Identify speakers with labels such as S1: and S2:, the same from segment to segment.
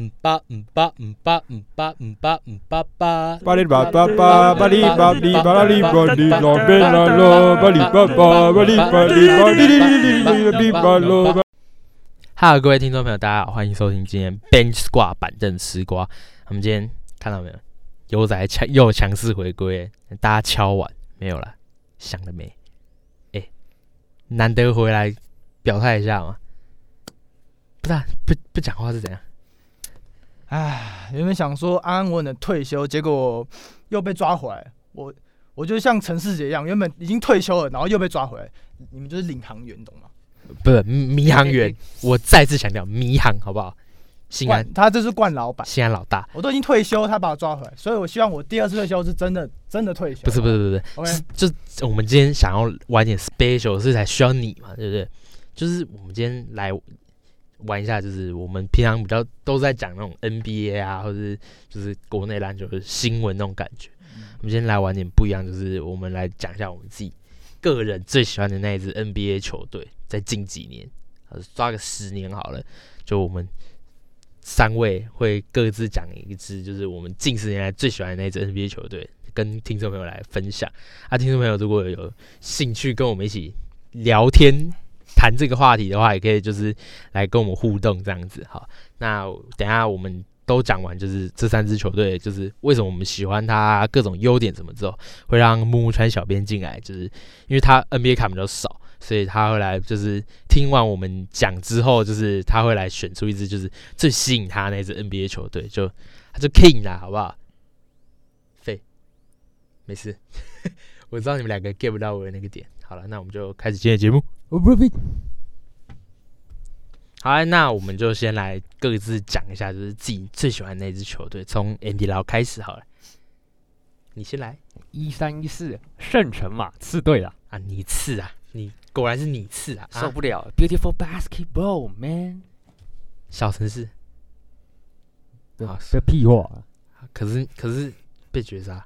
S1: 嗯吧嗯吧嗯吧嗯吧嗯吧嗯吧吧。
S2: 巴里巴巴巴巴里巴里巴拉里巴里老贝拉罗巴里巴巴巴里巴里巴里里里里里里巴罗。
S1: Hello，各位听众朋友，大家好，欢迎收听今天 Bench Squad 板凳吃瓜。我们今天看到没有？悠仔强又强势回归，大家敲碗没有啦？想得美。哎、难得回来表态一下嘛。不是、啊、不不讲话是怎样？
S3: 唉，原本想说安安稳稳的退休，结果又被抓回来。我我就像陈世杰一样，原本已经退休了，然后又被抓回来。你们就是领航员，懂吗？
S1: 不是迷航员，我再次强调迷航，好不好？新安
S3: 冠，他这是冠老板。
S1: 新安老大，
S3: 我都已经退休，他把我抓回来，所以我希望我第二次退休是真的，真的退休。
S1: 不是不是不是不是。
S3: ，OK，
S1: 是就是我们今天想要玩点 special，所以才需要你嘛，对不对？就是我们今天来玩一下，就是我们平常比较都在讲那种 NBA 啊，或者是就是国内篮球的新闻那种感觉。我们今天来玩点不一样，就是我们来讲一下我们自己个人最喜欢的那一支 NBA 球队，在近几年，呃抓个十年好了，就我们。三位会各自讲一支，就是我们近十年来最喜欢的那支 NBA 球队，跟听众朋友来分享。啊，听众朋友如果有兴趣跟我们一起聊天谈这个话题的话，也可以就是来跟我们互动这样子。好，那等一下我们都讲完，就是这三支球队，就是为什么我们喜欢它，各种优点什么之后，会让木木川小编进来，就是因为他 NBA 卡比较少。所以他会来，就是听完我们讲之后，就是他会来选出一支就是最吸引他那支 NBA 球队，就他就 King 啦，好不好？废，没事。我知道你们两个 get 不到我的那个点。好了，那我们就开始今天的节目。好，啊那我们就先来各自讲一下，就是自己最喜欢的那支球队，从 Andy Lau 开始好了。你先来
S4: 一三一四圣城嘛，刺队了，
S1: 啊，你次啊，你果然是你次啊，
S4: 受
S1: 啊，
S4: 不了，Beautiful Basketball Man，
S1: 小城市。啊，
S4: 这屁话，
S1: 可是可是被绝杀，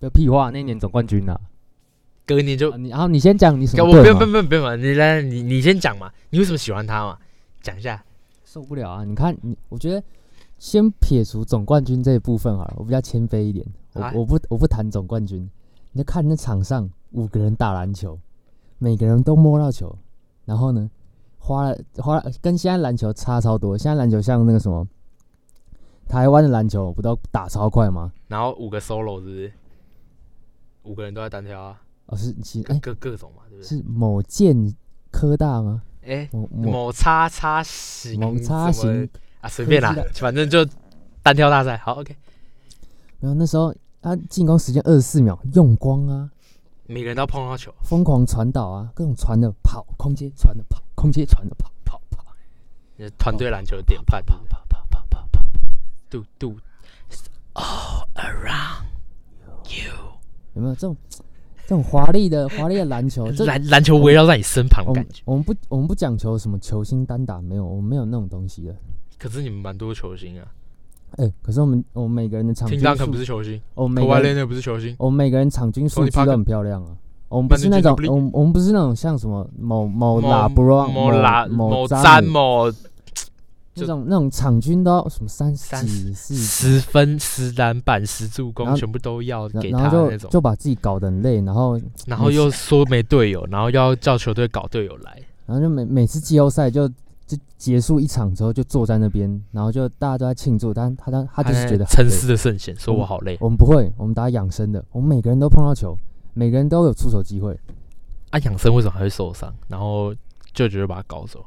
S4: 这屁话，那年总冠军呐，
S1: 隔年就
S4: 啊你然后你先讲你什
S1: 我
S4: 么
S1: 不
S4: 队
S1: 用不
S4: 嘛，
S1: 用不用嘛，你来你你先讲嘛，你为什么喜欢他嘛？讲一下，
S4: 受不了啊！你看你，我觉得先撇除总冠军这一部分好了，我比较谦卑一点，
S1: 来
S4: 我我不我不谈总冠军，你就看那场上五个人打篮球，每个人都摸到球，然后呢，花了花了跟现在篮球差超多，现在篮球像那个什么，台湾的篮球不都打超快吗？
S1: 然后五个 solo 是不是？五个人都在单挑啊，
S4: 哦，是其
S1: 各
S4: 哎、
S1: 各各种嘛，对不对？
S4: 是某建科大吗？
S1: 哎，
S4: 某某
S1: 某叉叉型，
S4: 某叉
S1: 什么
S4: 型
S1: 啊，随便啦
S4: 科技，
S1: 反正就单挑大赛。好，OK，
S4: 没有，那时候他进攻时间二十四秒，用光啊，
S1: 每个人都碰到球，
S4: 疯狂传导啊，各种传的跑，空接传的跑，空接传的跑，跑跑
S1: 就是团队篮球的典范。
S4: 跑跑跑跑跑跑，哦
S1: 嘟嘟，
S4: 有没有这种这种华丽的 华丽的篮球？这哦
S1: 篮篮球围绕在你身旁
S4: 我
S1: 的
S4: 们
S1: 感觉。
S4: 我们不我们不讲求什么球星单打，没有，我们没有那种东西的。
S1: 可是你们蛮多球星啊，
S4: 哎、可是我们我们每个人的场均
S1: 听 d u 不
S4: 数，
S1: 是球星
S4: 我们
S1: ，Kawhi
S4: 每个人
S1: Leonard 不是球星，
S4: 我们每个人场均数
S1: Tony
S4: 据都
S1: Parker
S4: 很漂亮啊。我们不是那种
S1: Brandon，Ginobili
S4: 我们我们不是那种像什么某某
S1: 某
S4: 拉布朗、
S1: 某拉
S4: 某
S1: 詹
S4: 詹
S1: 某
S4: 那种那种场均都要什么三
S1: 三
S4: 几四，
S1: 十分、十篮板、十助
S4: 然
S1: 攻，
S4: 后
S1: 全部都要
S4: 然
S1: 给
S4: 然
S1: 他
S4: 后
S1: 那
S4: 就
S1: 种，
S4: 就把自己搞得很累，然后
S1: 然后又说没队友，然后要叫球队搞队友来，
S4: 然后就每每次季后赛就就结束一场之后就坐在那边，然后就大家都在庆祝，但他他他就是觉得很
S1: 哎沉
S4: 累
S1: 思的圣贤，说我好累啊
S4: 我们不会，我们打养生的，我们每个人都碰到球，每个人都有出手机会。
S1: 啊，养生为什么还会受伤？然后舅舅就把他搞走。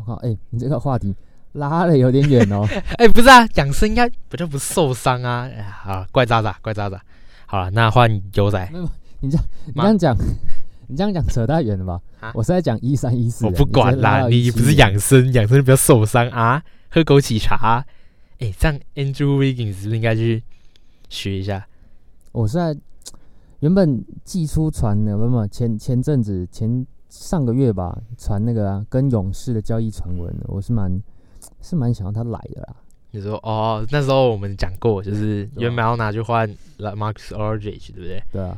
S4: 我靠，哎、你这个话题拉的有点远 哦。
S1: 哎、不是啊，养生应该不就不受伤啊？哎呀，好，怪渣渣，怪渣渣。好了，那换牛仔，
S4: 你
S1: 妈
S4: 这样讲，你这样讲扯太远了吧？
S1: 啊
S4: 我是在讲一三一四，
S1: 我不管啦，
S4: 你
S1: 你
S4: 直接拉到
S1: 不是
S4: 17
S1: 养生，养生不要受伤啊，喝枸杞茶、啊。哎、这样 Andrew Wiggins 是不是应该去学一下？
S4: 我是在原本寄出传的，不不，前前阵子前上个月吧，传那个啊，跟勇士的交易传闻，我是蛮是蛮想要他来的啦。
S1: 你说哦，那时候我们讲过，就是
S4: 对啊
S1: 原本要拿去换 La- Marcus Aldridge，对不对？
S4: 对啊，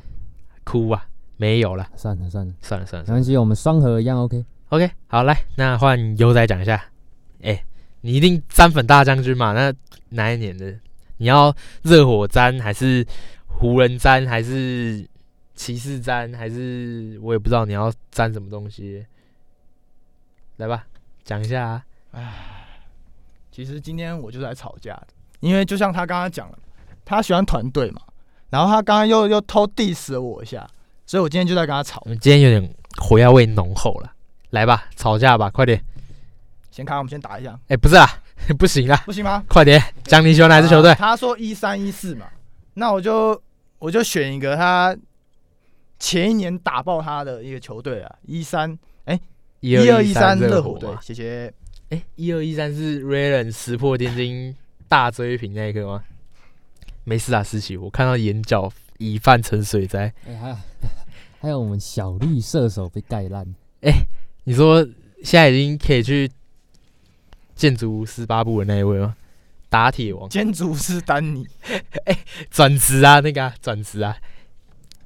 S1: 哭啊，没有了，
S4: 算了算了，
S1: 算了算了算
S4: 没
S1: 了。
S4: 关系，我们双核一样 OK。
S1: OK，好，来，那换优仔讲一下。哎、你一定沾粉大将军嘛？那哪一年的？你要热火沾还是湖人沾还是骑士沾还是我也不知道你要沾什么东西。来吧，讲一下啊。
S3: 其实今天我就是来吵架的，因为就像他刚刚讲了，他喜欢团队嘛，然后他刚刚又又偷 diss 了我一下，所以我今天就在跟他吵
S1: 我。们今天有点火药味浓厚了，来吧，吵架吧，快点！
S3: 先看，我们先打一下，
S1: 哎、不是啦， 不行啦，
S3: 不行吗？
S1: 快点！讲你喜欢哪支球队
S3: 啊？他说一三一四嘛，那我就我就选一个他前一年打爆他的一个球队啊，一三
S1: 一
S3: 一二一
S1: 三
S3: 三热火
S1: 火
S3: 队
S1: 嘛，
S3: 谢谢。
S1: 哎、一二一三是 Raylan 石破天惊大追平那一个吗？没事啊，思琪，我看到眼角已泛成水灾。
S4: 哎、还有 还有我们小绿射手被盖烂，
S1: 你说现在已经可以去建筑无斯巴布的那一位吗？打铁王
S3: 建筑师丹尼，
S1: 转职啊，那个啊转、职啊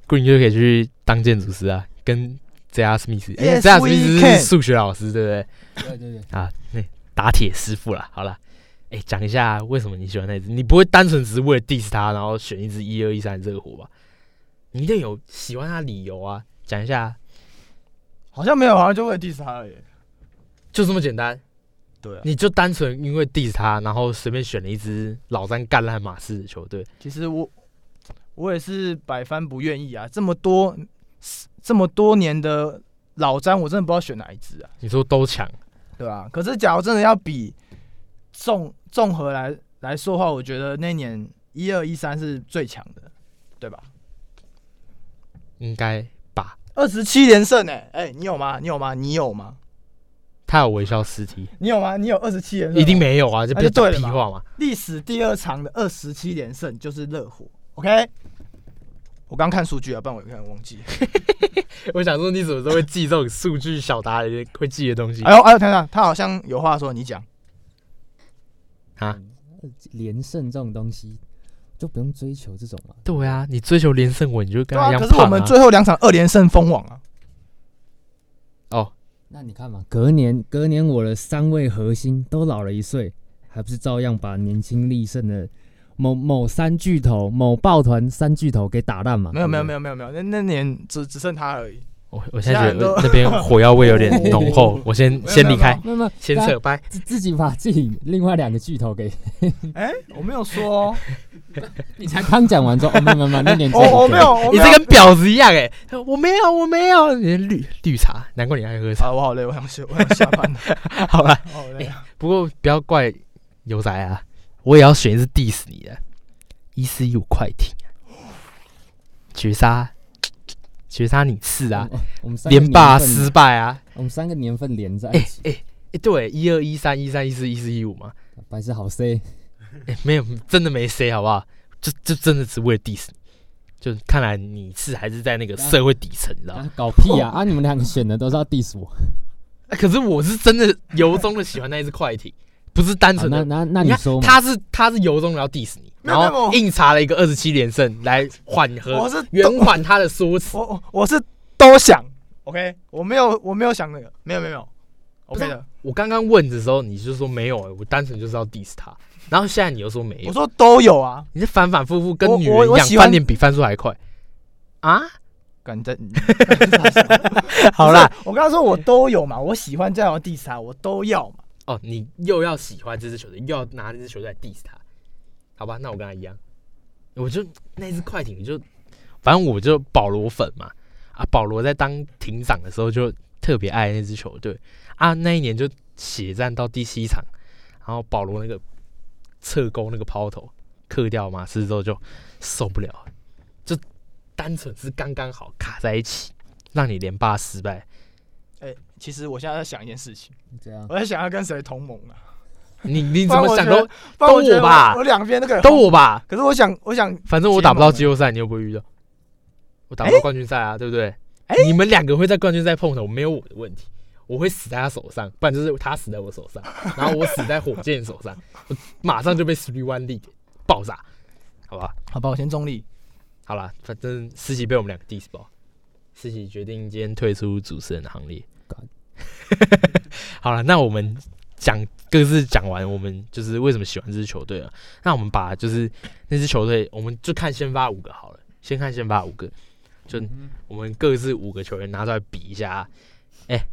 S1: ，Green 就可以去当建筑师啊，跟 JR Smith，哎
S3: Yes,
S1: ，JR
S3: we
S1: Smith
S3: can
S1: 是数学老师对不对？
S4: 对对对，
S1: 啊，那打铁师傅啦，好啦，哎、讲一下为什么你喜欢那只？你不会单纯只是为了 diss 他，然后选一只一二一三热火吧？你一定有喜欢他的理由啊！讲一下，
S3: 好像没有，好像就为了 diss 他而已。
S1: 就这么简单，
S3: 对啊，
S1: 你就单纯因为 diss 他，然后随便选了一支老三干烂马刺的球队。
S3: 其实我我也是百般不愿意啊，这么多这么多年的老詹，我真的不知道选哪一支啊，
S1: 你说都抢，
S3: 对吧、可是假如真的要比综综合来来说的话，我觉得那年一二一三是最强的，对吧？
S1: 应该吧？
S3: 二十七连胜呢、哎、你有吗？你有吗？你有吗？
S1: 他有微笑尸体，
S3: 你有吗？你有二十七连胜？
S1: 一定。没有啊！这不
S3: 那
S1: 是
S3: 就对
S1: 讲
S3: 了
S1: 屁
S3: 嘛
S1: 话嘛？
S3: 历史第二长的二十七连胜就是热火，OK？我刚看数据啊，不然我有点忘记。
S1: 我想说，你什么时候会记这种数据小达人会记的东西？
S3: 哎呦哎呦，等等，他好像有话说，你讲。
S1: 啊
S4: 连胜这种东西就不用追求这种嘛。
S1: 对啊，你追求连胜文，你就跟
S3: 对
S1: 他一
S3: 啊，
S1: 样
S3: 可是我
S1: 胖
S3: 们
S1: 啊！
S3: 最后两场二连胜封王啊，
S4: 那你看嘛，隔年隔年我的三位核心都老了一岁，还不是照样把年轻力盛的某某三巨头、某抱团三巨头给打烂嘛？
S3: 没有没有没
S4: 有，
S3: 有没有没有，那那年只只剩他而已。
S1: 我我现在觉
S3: 其他人
S1: 得
S3: 都
S1: 那边火药味有点浓厚，我先
S3: 有
S1: 先
S3: 没
S1: 离
S3: 有啊
S1: 开，
S4: 没有没有，
S1: 先
S4: 大家
S1: 扯掰。
S4: 自自己把自己另外两个巨头给，
S3: 哎、我没 有说、哦，
S4: 你才刚讲完之后，哦没 有没有没有，那年只有一个
S3: 我 我没有，我
S1: 你
S3: 没
S1: 这
S3: 有。
S1: 跟婊子一样哎、我没有，我没有，你绿绿茶，难怪你爱喝茶。
S3: 啊，我好累，我想休，我想下 班了，
S1: 好了，
S3: 我好累啊。
S1: 不过不要怪牛仔啊，我也要选一次 diss 你的，一四一五快艇，啊绝杀，绝杀你是啊，
S4: 我们我们三个
S1: 连霸
S4: 年份
S1: 失败啊！
S4: 我们三个年份连在
S1: 哎
S4: 一
S1: 哎
S4: 起，
S1: 哎，欸对，一二一三一三一四一四一五嘛，
S4: 白痴好 C，
S1: 欸没有，真的没 say 好不好？就就真的只为了 diss 你，就看来你是还是在那个社会底层，你知道吗？
S4: 啊搞屁啊！啊，你们两个选的都是要 diss 我，
S1: 啊可是我是真的由衷的喜欢那一只快艇， 不是单
S4: 好
S1: 纯
S4: 那
S3: 啊
S1: 的。
S4: 啊那那
S1: 你
S4: 你
S1: 看
S4: 说嘛？
S1: 他是他是由衷的要 diss 你，
S3: 没
S1: 然
S3: 有
S1: 后
S3: 没有
S1: 硬查了一个二十七连胜来缓
S3: 我
S1: 和
S3: 是
S1: 圆
S3: 都
S1: 缓他的说辞。
S3: 我我我是都想，OK，我没有我没有想那个，没有没有没有
S1: 不是
S3: ，OK
S1: 啊
S3: 的。
S1: 我刚刚问的时候，你就说没有、欸，我单纯就是要 diss 他。然后现在你又说没
S3: 我
S1: 有，
S3: 说都有啊，
S1: 你是反反复复跟
S3: 我
S1: 女人
S3: 我
S1: 一
S3: 我
S1: 样
S3: 喜
S1: 翻
S3: 欢
S1: 脸比翻书还快啊！
S3: 敢在
S1: 好啦，，
S3: 我刚刚说我都有嘛，我喜欢这样的 diss 他，我都要嘛。
S1: 哦，你又要喜欢这支球队，又要拿这支球队来 diss 他，好吧？那我跟他一样，我就那支快艇就，反正我就保罗粉嘛。啊，保罗在当艇长的时候就特别爱那支球队啊，那一年就血战到第七场，然后保罗那个侧勾那个抛投克掉马刺之后就受不了了，就单纯是刚刚好卡在一起，让你连霸失败。
S3: 哎、其实我现在在想一件事情，
S4: 这样，
S3: 我在想要跟谁同盟啊？
S1: 你你
S3: 你
S1: 怎么想都
S3: 不然我
S1: 都
S3: 觉
S1: 我
S3: 得
S1: 吧
S3: 我两边那个
S1: 都我吧，
S3: 可是我想，我想
S1: 反正我打不到季后赛，你又不会遇到。我打不到冠军赛啊，对不对？
S3: 哎
S1: 你们两个会在冠军赛碰头，没有我的问题。我会死在他手上，不然就是他死在我手上，然后我死在火箭手上，我马上就被 three one lead 爆炸，好吧？
S3: 好吧，我先中立。
S1: 好啦，反正思琪被我们两个 diss 爆，思 琪决定今天退出主持人的行列
S4: 干。
S1: 好了，那我们讲各自讲完我们就是为什么喜欢这支球队了。那我们把就是那支球队，我们就看先发五个好了，先看先发五个，就我们各自五个球员拿出来比一下。哎、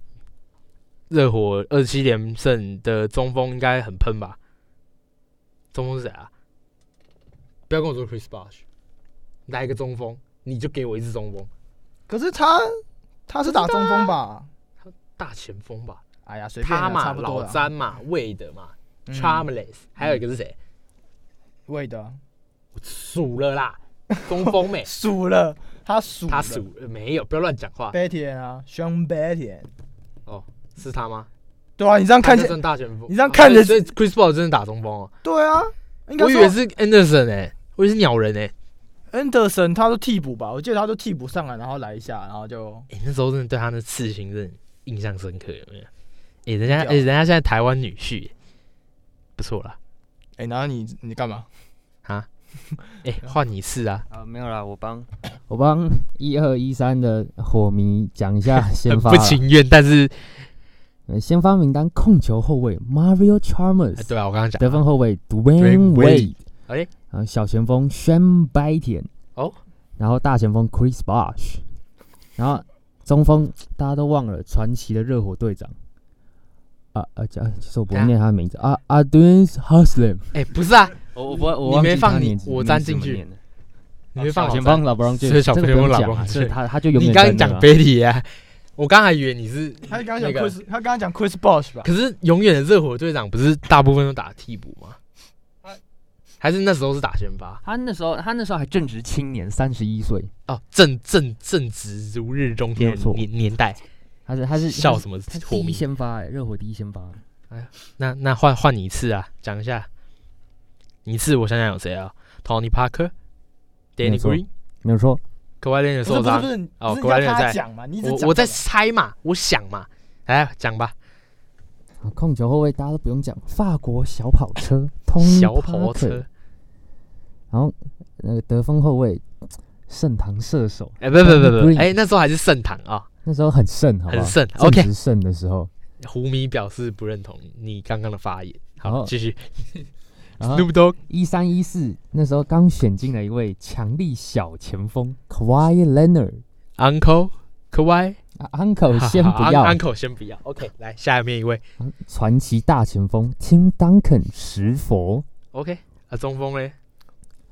S1: 热火二七连胜的中锋应该很喷吧？中锋是谁啊？不要跟我说 Chris Bosh，来一个中锋，你就给我一支中锋，
S3: 可是他他是打中锋吧？
S1: 大前锋吧。
S3: 哎呀，随便
S1: 他
S3: 啦
S1: 嘛，
S3: 差不
S1: 老
S3: 多啦
S1: 詹嘛，魏德嘛
S3: 嗯
S1: c h a r m l e s 还有一个是谁？
S3: 喂的，，
S1: 我数了啦，中锋妹
S3: 输了，他输了，
S1: 他数了没有？不要乱讲话，
S3: 白天啊，熊白天，
S1: 是他吗？
S3: 对啊，你这样看
S1: 他就
S3: 见，
S1: 算大前锋，
S3: 你这样看着
S1: 啊所以所以 Chris Paul 真的打中锋哦，
S3: 对啊，应该
S1: 我以为
S3: 说
S1: 是 Anderson 哎，我以为是鸟人哎，
S3: Anderson 他都替补吧，我记得他都替补上来，然后来一下，然后就
S1: 哎，那时候真的对他的刺青真的印象深刻，有没有？哎，人家
S3: 屌
S1: 哎，人家现在台湾女婿，不错啦，
S3: 哎、然后你你干嘛？
S1: 哎，换你试啊，
S5: 啊，没有啦，我帮
S4: 我帮一二一三的火迷讲一下先
S1: 很
S4: 发啊
S1: 不
S4: 啦，
S1: 情愿，但是
S4: 呃先发名单控球后卫 Mario
S1: 哎
S4: Chalmers，
S1: 对啊，我刚刚讲
S4: 得分后卫 Dwayne
S1: Wade
S4: Wade，
S1: 哎
S4: 然后小前锋 Shem b a t i a n
S1: 哦，
S4: 然后大前锋 Chris Bosh，然后中锋大家都忘了传奇的热火队长。啊啊！这其实我不会
S1: 等一下
S4: 念他的名字啊啊 d u n Haslem，
S1: 哎，不是啊，
S5: 我我不我
S1: 你
S5: 忘记
S1: 没放
S5: 他
S1: 你
S5: 名字
S1: 我
S5: 名
S1: 沾
S5: 字
S1: 进
S5: 怎么
S1: 去
S5: 念的啊
S1: 你会放
S5: 小
S1: 好
S5: 前
S1: 在
S5: 锋老布朗
S1: 所以
S5: 最
S1: 小
S4: 这
S1: 朋
S4: 个不
S1: 友
S4: 用
S1: 老
S4: 讲啊，
S1: 公
S4: 这个他他就永
S1: 你
S4: 远
S1: 刚
S4: 在
S1: 刚
S4: 那
S1: 讲
S4: 啊
S1: Bailey 啊，我刚还以为你是
S3: 他刚刚讲
S1: 那个
S3: Chris，、他刚刚讲 Chris Bosh 吧？
S1: 可是永远的热火队长不是大部分都打替补吗？还是那时候是打先发
S4: 啊
S5: 他那时候他那时候还正值青年，
S4: 三十一岁，
S1: 哦，正正正值如日中天
S4: 没
S1: 的
S4: 错
S1: 年年代，
S4: 他是他是
S1: 笑什么
S4: 他是
S1: 火
S4: 第一
S1: 迷？
S4: 先发哎，热火第一先发，
S1: 那那换换你一次啊，讲一下，你一次我想想有谁啊？Tony Parker、Danny
S4: 没错
S1: Green、
S4: 没有错，
S1: 科外练的
S3: 不是
S1: 受
S3: 不是
S1: 伤
S3: 不，是，
S1: 哦
S3: 不是
S1: 果然
S3: 你要
S1: 有在
S3: 他讲嘛？你一直
S1: 我
S3: 讲
S1: 我在
S3: 干嘛
S1: 猜嘛，我想嘛，来讲吧，
S4: 啊控球后卫大家都不用讲，法国小跑 车 Tony
S1: 小跑
S4: Parker
S1: 车，
S4: 然后那个得分后卫盛唐射手，
S1: 哎不不不
S4: Green
S1: 不，哎那时候还是盛唐啊，
S4: 那时候很盛，好不
S1: 很
S4: 好？
S1: 盛
S4: 正
S1: ，OK，
S4: 值盛的时候，
S1: 胡迷表示不认同你刚刚的发言。好，
S4: 好
S1: 继续。
S4: 然后
S1: Snoop Dogg
S4: 一三一四那时候刚选进了一位强力小前锋 Kawhi Leonard。
S1: Uncle Kawhi，
S4: 啊 uncle
S1: 好
S4: 先
S1: 好
S4: 不要，
S1: Un- Uncle 先不要。OK，来下面一位。
S4: 传奇大前锋 Tim Duncan 石佛，
S1: OK，啊，中锋嘞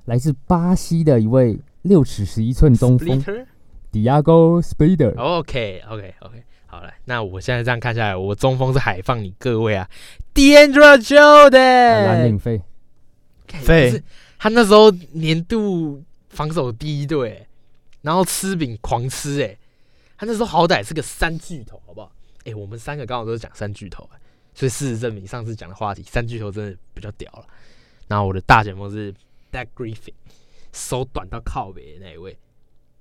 S4: 来自巴西的一位六尺十一寸中锋
S1: ，Splitter。
S4: Diago Spider，
S1: 哦 OK，OK，OK。好来，那我现在这样看下来，我中锋是海放你各位啊，D'Angelo Jordan，
S4: 啊蓝领费。
S1: 干
S3: 废
S1: 不是他那时候年度防守第一队欸，然后吃饼狂吃哎、他那时候好歹是个三巨头，好不好？哎、我们三个刚好都是讲三巨头、欸，所以事实证明上次讲的话题，三巨头真的比较屌了。然后我的大前锋是 Black Griffin，手短到靠北的那一位，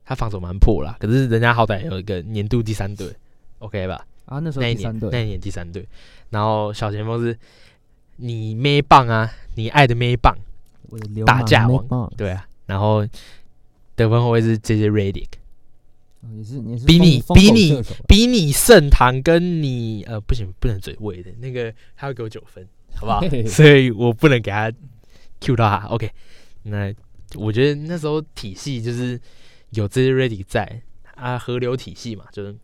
S1: 他防守蛮破啦，可是人家好歹有一个年度第三队，OK 吧？
S4: 啊，那时候
S1: 那一
S4: 第
S1: 年
S4: 三
S1: 那
S4: 队
S1: 一年第三队，然后小前锋是你妹棒啊，你爱的妹棒，
S4: 我的流
S1: 打
S4: 氓
S1: 架
S4: Mac
S1: 王
S4: Brown
S1: 对啊，然后得分后卫是 J J Redick，
S4: 哦也是也是
S1: 比
S4: 疯
S1: 你
S4: 疯狗
S1: 比你
S4: 射手啊
S1: 比你盛唐跟你呃不行不能嘴位的那个他要给我九分，好不好
S4: 嘿嘿？嘿
S1: 所以我不能给他 Q 到他。OK，那我觉得那时候体系就是有 J J Redick 在啊，河流体系嘛，就是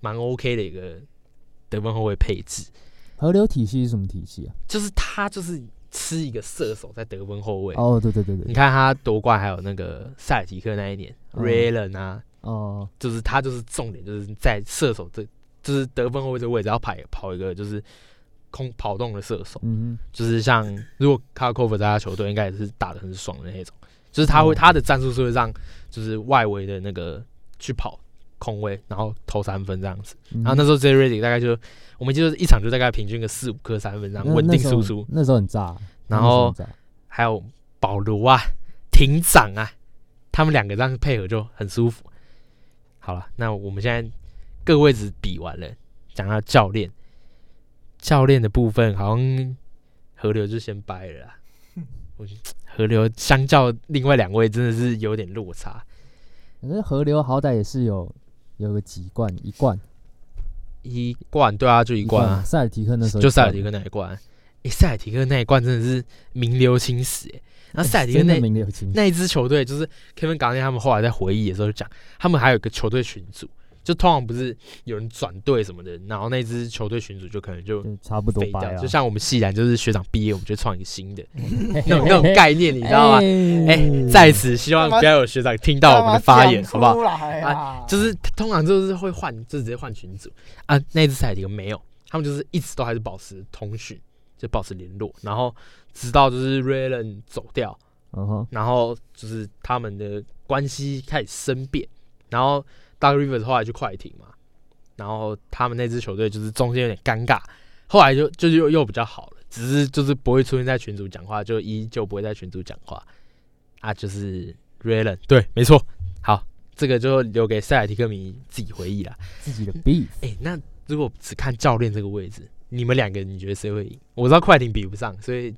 S1: 蛮 OK 的一个得分后卫配置。
S4: 河流体系是什么体系啊？
S1: 就是他就是吃一个射手在得分后卫。
S4: 哦，对对对
S1: 你
S4: 对，
S1: 看他夺冠，还有那个塞尔提克那一年、
S4: 嗯
S1: r a y l o n 啊，
S4: 哦，
S1: 就是他就是重点就是在射手这，就是得分后卫这个位置要跑跑一个就是空跑动的射手，
S4: 嗯哼，
S1: 就是像如果 c a r c o v 在他球队应该也是打的很爽的那种，就是他会、
S4: 嗯
S1: 他的战术是会让就是外围的那个去跑空位，然后投三分这样子。
S4: 嗯
S1: 然后那时候 J. Redick 大概就我们就是一场就大概平均个四五颗三分这样
S4: 那
S1: 稳
S4: 那
S1: 定
S4: 时候
S1: 输出。
S4: 那时候很炸，那
S1: 然
S4: 时候
S1: 后
S4: 很炸
S1: 还有保罗啊、庭长啊，他们两个这样配合就很舒服。好了，那我们现在各位置比完了，讲到教练，教练的部分好像河流就先掰了 啦。我觉得河流相较另外两位真的是有点落差。
S4: 可是河流好歹也是有有个几冠一冠，
S1: 一冠，对啊，就一冠
S4: 嘛
S1: 啊，
S4: 塞尔提克那时候
S1: 就
S4: 一
S1: 塞尔
S4: 冠啊
S1: 提克那一冠。啊诶，塞尔提克那一冠真的是名留青史诶。然
S4: 哎
S1: 后塞尔提克
S4: 真
S1: 那
S4: 的名留青史，
S1: 那一支球队就是 Kevin Garnett 他们后来在回忆的时候就讲，他们还有一个球队群组，就通常不是有人转队什么的，然后那支球队群组就可能就
S4: 就差不多
S1: 废
S4: 吧
S1: 掉，
S4: 啊，
S1: 就像我们系然就是学长毕业，我们就创一个新的
S4: 那
S1: 那种那种概念，你知道吗？哎、 在此希望不要有学长听到我们的发言，好不 好？
S3: 好
S1: 就是通常就是会换，就直接换群组啊。那一支赛迪克没有，他们就是一直都还是保持通讯，就保持联络，然后直到就是 Raylan 走掉，
S4: 嗯哼，
S1: 然后就是他们的关系开始生变，然后 Doug Rivers 后来就快艇嘛，然后他们那支球队就是中间有点尴尬，后来就就是又又比较好了，只是就是不会出现在群组讲话，就依旧不会在群组讲话啊，就是 Raylan 对，没错，好，这个就留给塞尔提克迷自己回忆啦。
S4: 自己的 beef，
S1: 哎、那如果只看教练这个位置，你们两个你觉得谁会赢？我知道快艇比不上，所以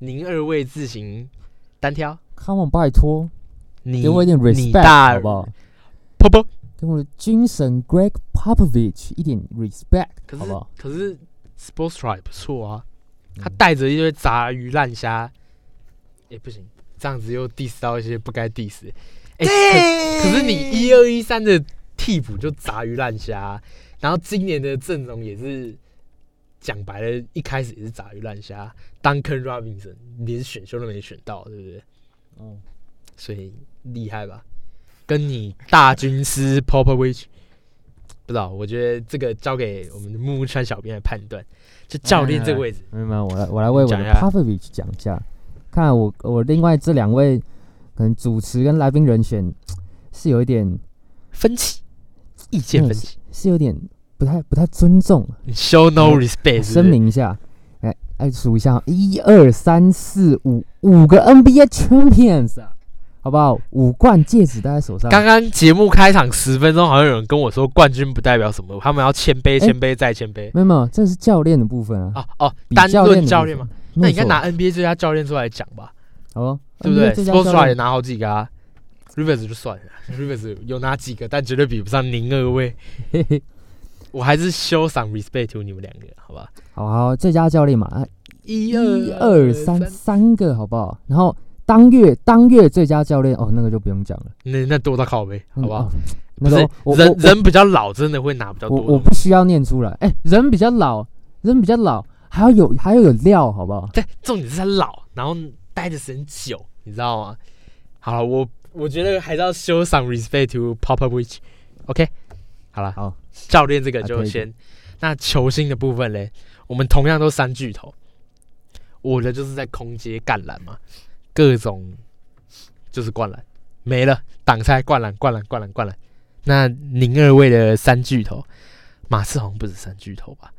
S1: 您二位自行单挑。
S4: come on，拜托，
S1: 你
S4: 给我一点
S1: 你
S4: respect
S1: 大
S4: 好不好？
S1: 婆婆，
S4: 给我的精神 Greg Popovich 一点 respect
S1: 可是
S4: 好不好？
S1: 可是 Sports Try 也不错啊，他
S4: 嗯
S1: 带着一堆杂鱼烂虾，也、不行，这样子又 diss 到一些不该 diss 的。哎、可可是你一二一三的替补就杂鱼烂虾，啊然后今年的阵容也是讲白了，一开始也是杂鱼烂虾。Duncan 啊 Robinson 连选秀都没选到，对不对？
S4: 嗯，
S1: 所以厉害吧？跟你大军师 Popovich，不知道，我觉得这个交给我们的木木川小编来判断。就教练这个位置，
S4: 没有没有，我来我来为我
S1: 你
S4: 的
S1: 讲一下
S4: Popovich 讲一下。看来我我另外这两位可能主持跟来宾人选是有一点嗯
S1: 分歧，意见分歧
S4: 是有点不太不太尊重，
S1: 你，show no respect，是不是
S4: 嗯声，明一下，哎哎数一下，一二三四五五个 NBA champions 啊，好不好？五冠戒指戴在手上，
S1: 刚刚节目开场十分钟，好像有人跟我说冠军不代表什么，他们要谦卑、
S4: 哎
S1: 谦卑再谦卑。
S4: 没有没有，这是教练的部分啊，
S1: 哦哦，
S4: 比
S1: 单
S4: 练
S1: 论
S4: 的
S1: 教
S4: 教
S1: 练嘛，？
S4: 没
S1: 那
S4: 有
S1: 你应该
S4: 错
S1: 拿 NBA 最佳教练出来讲吧，
S4: 好哦，
S1: 对不对
S4: NBA 最佳教
S1: ？Sports
S4: 练
S1: Try 也拿好几个啊，Rivers 就算了，Rivers 有拿几个，但绝对比不上您二 位。
S4: 嘿嘿，
S1: 我还是修赏 respect to 你们两个，好吧？
S4: 好好，最佳教练嘛，啊
S1: 一
S4: 一二三，三个好不好？然后当月当月最佳教练哦，那个就不用讲了，
S1: 那那多到靠呗，好不好？
S4: 嗯？哦
S1: 不
S4: 那个
S1: 是
S4: 我
S1: 人
S4: 我
S1: 人比较老，真的会拿比较
S4: 我
S1: 多
S4: 我我
S1: 的。
S4: 不需要念出来，哎，人比较老，人比较老，还要有还要有料，好不好？
S1: 但重点是他老，然后待的时间久，你知道吗？好了，我我觉得还是要修赏 respect to Popovich。OK，好了，
S4: 好，
S1: 教练这个
S4: 啊
S1: 就
S4: 可以
S1: 先。那球星的部分嘞，我们同样都三巨头。我的就是在空接干篮嘛，各种就是灌篮，没了挡拆灌篮灌篮灌篮灌篮。那您二位的三巨头，马刺好像不止三巨头吧？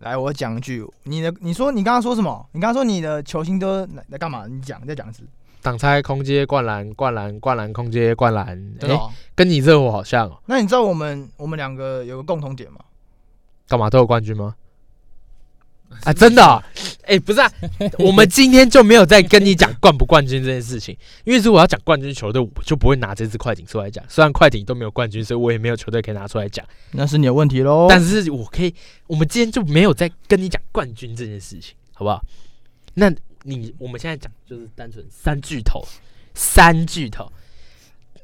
S3: 来，我讲一句，你的你说你刚刚说什么？你刚刚说你的球星都来来干嘛？你讲，你再讲一次。
S1: 挡拆空接灌篮灌篮灌篮空接灌篮，哎、
S3: 真的哦
S1: 跟你热火好像哦，
S3: 那你知道我们我们两个有个共同点吗？
S1: 干嘛都有冠军 吗？啊，真的、哦，哎、不是啊，我们今天就没有在跟你讲冠不冠军这件事情， 因为如果要讲冠军球队，我就不会拿这支快艇出来讲。虽然快艇都没有冠军，所以我也没有球队可以拿出来讲，
S3: 那是你的问题
S4: 哦
S3: 喽。
S1: 但是我可以，我们今天就没有在跟你讲冠军这件事情，好不好？那你我们现在讲就是单纯三巨头，三巨头，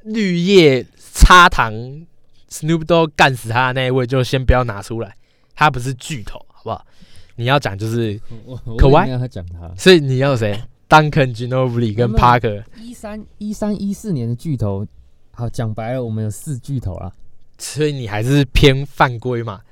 S1: 绿叶插糖 Snoop Dogg 干死他的那一位就先不要拿出来，他不是巨头，好不好？你要讲就是，可
S4: 我
S1: 歪
S4: 也没有要讲他。
S1: 所以你要谁？Duncan Ginobili 跟
S4: 没有
S1: Parker
S4: 一三一三一四年的巨头，好讲白了，我们有四巨头啦。
S1: 所以你还是偏犯规嘛？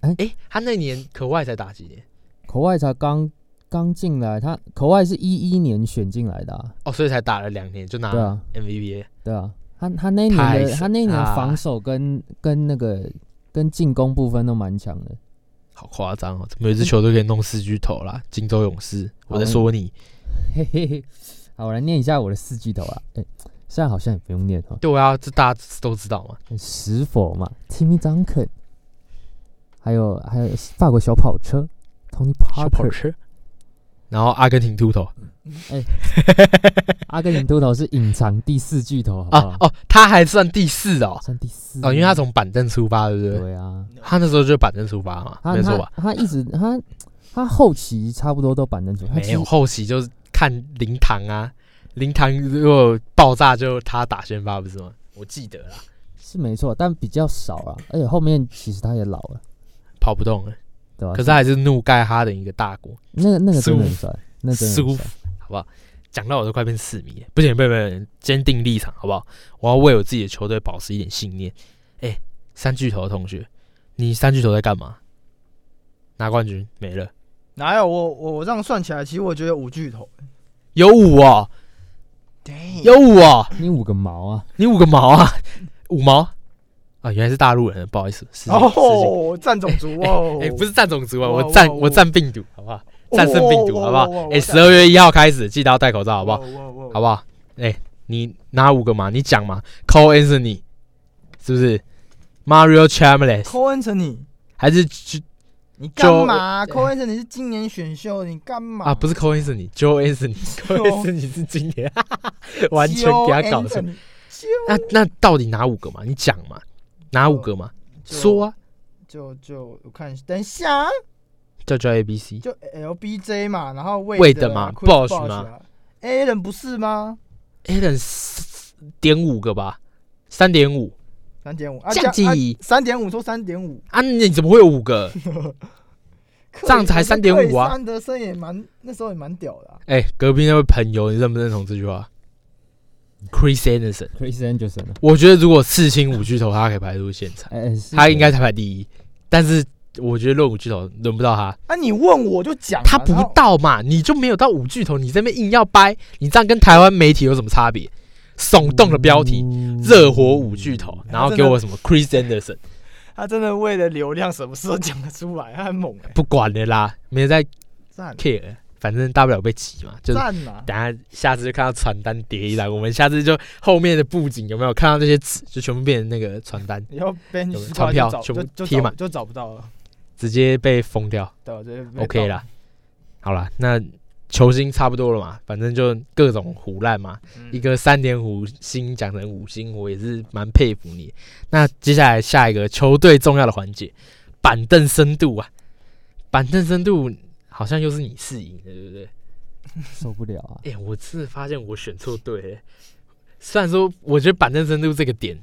S1: 哎
S4: 哎、
S1: 他那年可外才打几年？
S4: 口外才刚刚进来，他口外是一一年选进来的、啊，
S1: 哦，所以才打了两年就拿
S4: 对啊，
S1: MVP 了。
S4: 对啊，他他那一年
S1: 太
S4: 的
S1: 神
S4: 他那一年
S1: 啊
S4: 的防守跟、跟那个跟进攻部分都蛮强的，
S1: 好夸张哦！怎么有一支球队可以弄四巨头啦？金州勇士，我在说你。
S4: 嘿嘿嘿。好，我来念一下我的四巨头啊，哎、虽然好像也不用念哈，
S1: 对啊，这大家都知道嘛。
S4: 石佛嘛，Timmy Duncan，还有还有法国小跑车，Tony Parker，
S1: 车，然后阿根廷秃头
S4: 阿根廷秃头是隐藏第四巨头，好不
S1: 啊
S4: 好？
S1: 哦，他还算第四哦
S4: 算第四
S1: 哦，因为他从板凳出发，对不对？啊
S4: 对啊，
S1: 他那时候就板凳出发嘛，
S4: 他
S1: 没错
S4: 他
S1: 吧？
S4: 他一直他他后期差不多都板凳球，他
S1: 没
S4: 其实
S1: 有，后期就是看灵堂啊，灵堂如果爆炸就他打先发不是吗？我记得啦，
S4: 是没错，但比较少啊。而且后面其实他也老了，
S1: 跑不动了，
S4: 对吧？
S1: 可是他还是怒盖哈登一个大锅，
S4: 那个那个真
S1: 舒
S4: 的
S1: 服
S4: 很帅，那真的
S1: 舒
S4: 很
S1: 服
S4: 帅。
S1: 好不好？讲到我都快变四迷了，不行，不行，不行，坚定立场，好不好？我要为我自己的球队保持一点信念。哎、三巨头的同学，你三巨头在干嘛？拿冠军没了，
S3: 哪有我我我这样算起来，其实我觉得五巨头。
S1: 有五哦，
S3: 嗯
S1: 有五哦，
S4: 你五个毛啊！
S1: 你五个毛啊，五毛啊，原来是大陆人，不好意思，是哦，
S3: 哦，占种族
S1: 哎、
S3: 哦，
S1: 哎不是占种族啊，
S3: 哇
S1: 我占
S3: 哇
S1: 我占病毒，好不好？战胜病毒，好不好？哎，十
S3: 二
S1: 二月一号开始，记得要戴口罩，好不好？
S3: 好
S1: 好不好？哎、你拿五个嘛，你讲嘛，Cole Anthony 是不是？Mario Chalmers
S3: ？Cole Anthony，
S1: 还是 J-
S3: 你干嘛啊
S1: 就
S3: ？Cole Anthony 是今年选秀，你干嘛
S1: 啊？不是 Cole Anthony，Joe Anthony，Cole Anthony 是今年， 完全给他搞错。
S3: Anthony，
S1: 那那到底哪五个嘛？你讲嘛，哪五个嘛？
S3: 就
S1: 说啊，
S3: 就就我看，等一下啊，
S1: 叫叫 A B C，
S3: 就 LBJ 嘛，然后魏
S1: Wade
S3: 德
S1: 嘛
S3: b o
S1: Bosh 嘛
S3: a l n 不是吗？
S1: a l a n 四点五个吧，三点五，
S3: 三点五啊，
S1: 降
S3: 加
S1: 级
S3: 三点五说三点五，
S1: 啊？你怎么会有五个？这样才3.5啊
S3: 安德森也蛮那时候也蛮屌的啊、
S1: 哎、隔壁那位朋友，你认不认同这句话？Chris Anderson，
S4: Chris Anderson 啊，
S1: 我觉得如果四星五巨头，他可以排出现场。
S4: 哎、哎是
S1: 他应该
S4: 的
S1: 才排第一，但是我觉得论五巨头轮不到他，
S3: 啊，你问我就讲啊、
S1: 他不
S3: 然后
S1: 到嘛，你就没有到五巨头，你这边硬要掰，你这样跟台湾媒体有什么差别？耸动的标题，
S4: 嗯
S1: 热火五巨头，然后给我什么 Chris Anderson，
S3: 他真的为了流量什么事都讲得出来，他很猛哎、
S1: 不管了啦，没人在
S3: 赞
S1: care，反正大不了被挤嘛，就是。
S3: 赞啊呐！
S1: 等下，下次就看到传单叠一来，我们下次就后面的布景有没有看到那些纸，就全部变成那个传单，
S3: 以后 Ben
S1: 有人
S3: 就
S1: 钞票
S3: 找
S1: 全部
S3: 就就
S1: 贴
S3: 找
S1: 满
S3: 就找不到了，
S1: 直接被封掉。
S3: 对我觉得没
S1: OK
S3: 到
S1: 啦，好啦，那球星差不多了嘛，反正就各种胡烂嘛，
S3: 嗯
S1: 一个三点五星讲成五星，我也是蛮佩服你。那接下来下一个球队重要的环节，板凳深度啊，板凳深度好像又是你是赢的，对不对？
S4: 受不了啊！
S1: 哎、我真的发现我选错队了。虽然说，我觉得板凳深度这个点，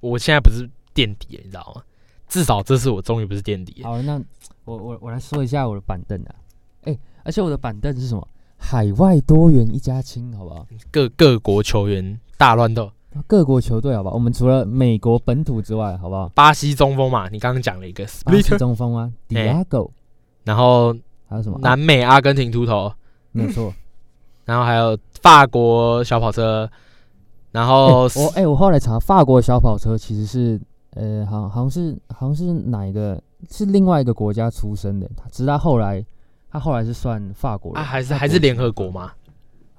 S1: 我现在不是垫底了，你知道吗？至少这次我终于不是垫底了。
S4: 好，那我我我来说一下我的板凳啊，哎、而且我的板凳是什么？海外多元一家亲，好不好？
S1: 各各国球员大乱斗，
S4: 各国球队，好不好？我们除了美国本土之外，好不好？
S1: 巴西中锋嘛，你刚刚讲了一个
S4: 巴
S1: split，
S4: 西中锋啊
S1: 哎
S4: ，Diago，、
S1: 然后
S4: 还有什么？啊
S1: 南美阿根廷秃头，
S4: 没有错。
S1: 然后还有法国小跑车，然后
S4: 我哎、我后来查，法国小跑车其实是，呃，好好像是好像是哪一个是另外一个国家出生的，他直到后来，他后来是算法国人
S1: 啊还是
S4: 法国嗯
S1: 还是联合国嘛，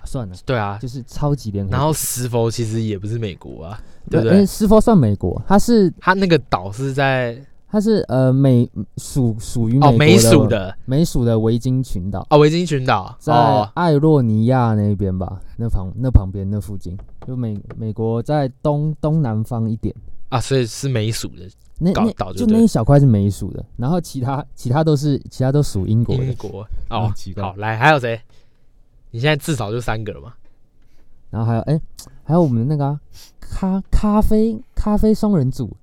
S4: 算了，
S1: 对啊，
S4: 就是超级联合国。
S1: 然后石佛其实也不是美国啊，对不
S4: 呃
S1: 对？
S4: 是否算美国？他是
S1: 他那个岛是在
S4: 他是呃美属属于
S1: 哦美
S4: 美国
S1: 属的
S4: 美属的维京群岛，
S1: 哦维京群岛
S4: 在
S1: 哦，
S4: 艾洛尼亚那边吧，那旁那旁边那附近，就美美国在东东南方一点，
S1: 啊，所以是美属的
S4: 那
S1: 搞
S4: 那
S1: 搞就
S4: 就
S1: 对
S4: 那一小块是美属的，然后其他其他都是其他都属英国的
S1: 英，国哦
S4: 嗯奇。怪
S1: 好，来还有谁？你现在至少就三个了嘛？
S4: 然后还有哎、还有我们的那个啊、咖咖啡咖啡双人组，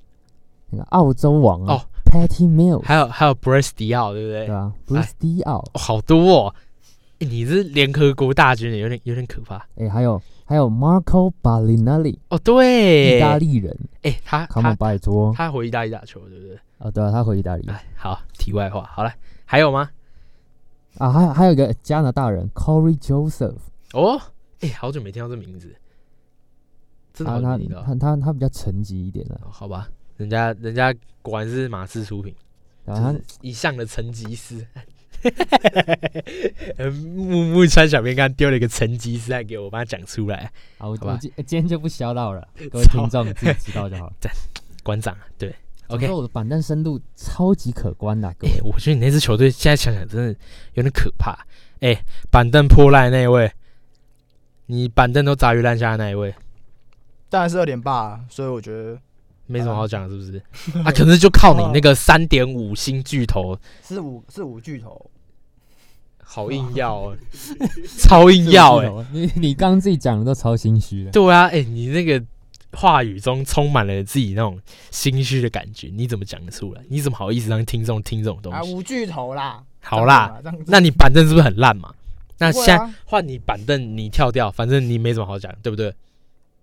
S4: 那个澳洲王啊、
S1: 哦哎
S4: p a t t y Mills，
S1: 还有还有 b r e s 迪奥，对不对
S4: 对？啊，布鲁斯迪奥，
S1: 哦好多哦。欸你是联合国大军，有点有点可怕
S4: 哎、还有还有 Marco Balinelli，
S1: 哦。对，
S4: 意大利人，
S1: 哎、他
S4: 卡姆
S1: 他
S4: 拜托，
S1: 他回意大利打球，对不对？
S4: 哦，对啊，他回意大利
S1: 哎，好，题外话，好了，还有吗？
S4: 啊，还有还有一个加拿大人 Corey Joseph，
S1: 哦，哎、好久没听到这名字，真的
S4: 他
S1: 好
S4: 他
S1: 久没听到。
S4: 他他他比较沉寂一点啊了，
S1: 哦好吧，人家人家果然是马氏出品，
S4: 然后他
S1: 就是一向的成吉思汗。 呃木木川小编刚刚丢了一个成吉思汗给我，我把它讲出来。
S4: 啊，我
S1: 好吧
S4: 我今今天就不消到 了，各位
S1: 操
S4: 听众自己知道就好了。
S1: 馆长，啊对
S4: 总
S1: ，OK
S4: 之。我的板凳深度超级可观的、各
S1: 哎、
S4: 位。
S1: 我觉得你那支球队现在想想真的有点可怕。哎、板凳破烂那一位，你板凳都砸鱼烂虾的那一位，
S3: 当然是二点八，所以我觉得
S1: 没什么好讲，是不是？啊，可是就靠 你那个三点五星巨头，
S3: 是五是五巨头，
S1: 好硬要哦， 超硬 要哎、
S4: 哦你 你刚刚自己讲的都超心虚的。
S1: 对啊，哎、你那个话语中充满了自己那种心虚的感觉，你怎么讲得出来？你怎么好意思让听众听这种东
S3: 啊
S1: 西？
S3: 五巨头啦，
S1: 好啦，
S3: 这样子嘛，这样子
S1: 那你板凳是不是很烂嘛？那
S3: 不会
S1: 现在
S3: 啊
S1: 换你板凳，你跳掉，反正你没什么好讲，对不对？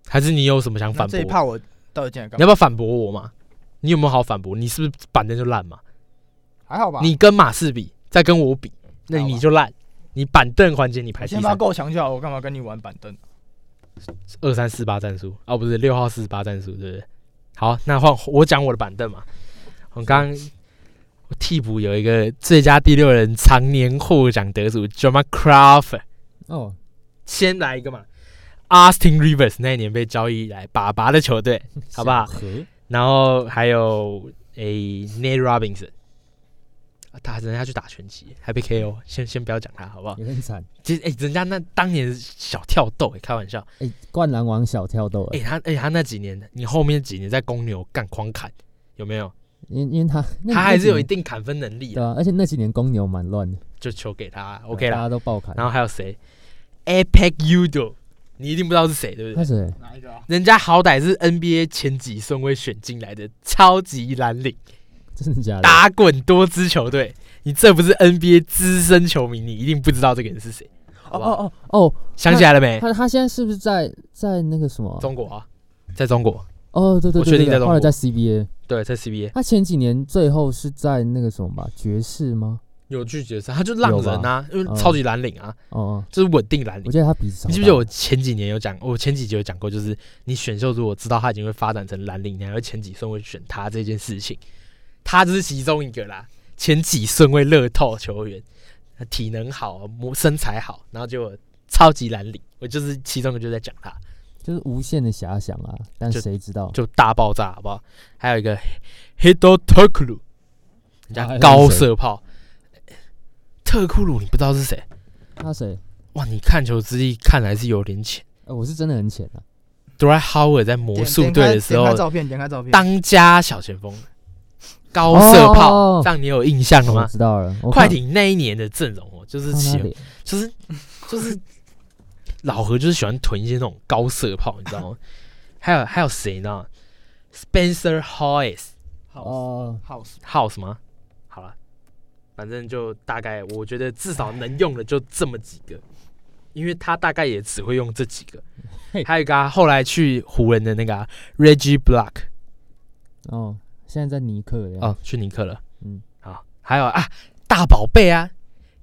S1: 还是你有什么想
S3: 那
S1: 反驳？
S3: 这一
S1: 你
S3: 趴我到底进来干
S1: 要
S3: 嘛？
S1: 不要反驳我嘛？你有没有好反驳？你是不是板凳就烂嘛？
S3: 还好吧，
S1: 你跟马氏比，再跟我比，那
S3: 好吧
S1: 你就烂。你板凳环节你排
S3: 我
S1: 第
S3: 先发
S1: 三，
S3: 够强就好，我干嘛跟你玩板凳？
S1: 二三四八战术啊，不是六号四十八战术，对不对？好，那换我讲我的板凳嘛。我刚刚我替补有一个最佳第六人常年获奖得主 j a m a Crawford。
S4: 哦，
S1: 先来一个嘛，Austin Rivers 那一年被交易来爸爸的球队，好不好
S4: 小何
S1: 然后还有诶、Nate Robinson，啊打人家去打拳击，还被 KO，先先不要讲他好不好？
S4: 也很惨。
S1: 其实诶、人家那当年小跳豆、诶开玩笑，
S4: 哎，灌篮王小跳欸豆
S1: 诶、
S4: 了，
S1: 他诶、他那几年，你后面几年在公牛干狂砍，有没有？
S4: 因因为他那
S1: 他
S4: 那
S1: 还
S4: 几
S1: 是有一
S4: 年
S1: 定砍分能力
S4: 对
S1: 的，
S4: 啊，而且那几年公牛蛮乱的啊
S1: 就球给他 OK
S4: 大
S1: 啦。
S4: 家都爆砍。
S1: 然后还有谁？Epic Udo，你一定不知道是谁，对不对
S4: 他？是
S3: 哪一个啊？
S1: 人家好歹是 NBA 前几顺位选进来的超级蓝领，
S4: 真的假的？
S1: 打滚多支球队，你这不是 NBA 资深球迷，你一定不知道这个人是谁。好
S4: 哦
S1: 不好
S4: 哦哦哦，
S1: 想起来了没？
S4: 他他现在是不是在在那个什么？
S1: 中国啊，在中国，
S4: 哦，对对
S1: 我确
S4: 对
S1: 定在
S4: 对，
S1: 中
S4: 后来
S1: 国
S4: 在 CBA，
S1: 对，在 CBA
S4: 他前几年最后是在那个什么吧，爵士吗？
S1: 有拒绝赛，他就浪人啊，因
S4: 嗯
S1: 为超级蓝领啊，
S4: 哦哦，
S1: 就是稳定蓝领
S4: 我。记得他比子
S1: 你记不记得我前几年有讲，我前几集有讲过，就是你选秀如果知道他已经会发展成蓝领，你还会前几顺位选他这件事情，他就是其中一个啦。前几顺位乐透球员，啊体能好，模身材好，然后就超级蓝领，我就是其中一个就在讲他，
S3: 哦
S4: 就是无限的遐想啊，但
S1: 就
S4: 谁知道？
S1: 就大爆炸好不好？还有一个 Hido t o k l u 人
S4: 啊
S1: 家
S4: 那
S1: 高
S4: 是谁
S1: 射炮，特库鲁你不知道是谁？
S4: 他谁？
S1: 哇，你看球之力看来是有点浅。
S4: 呃，我是真的很浅啊，
S1: Dry Howard 在魔术
S3: 点
S1: 队
S3: 点开
S1: 的时
S3: 点
S1: 候
S3: 开，照片，点开照片，
S1: 当家小前锋，高射炮，
S4: 哦
S1: 让你有印象了
S4: 我
S1: 吗？
S4: 知道了。我
S1: 快
S4: 看
S1: 艇那一年的阵容哦，就是
S4: 看他
S1: 喜，
S4: 脸
S1: 就是就是老何就是喜欢囤一些那种高射炮，你知道 吗？还有还有谁呢？Spencer House
S4: 哦，
S3: house
S1: House 吗？好了，反正就大概，我觉得至少能用的就这么几个，因为他大概也只会用这几个
S4: 嘿。
S1: 还有一个、啊、后来去湖人的那个、啊、Reggie Block，
S4: 哦，现在在尼克的样子
S1: 哦，去尼克了。嗯
S4: 嗯，
S1: 好，还有啊，大宝贝啊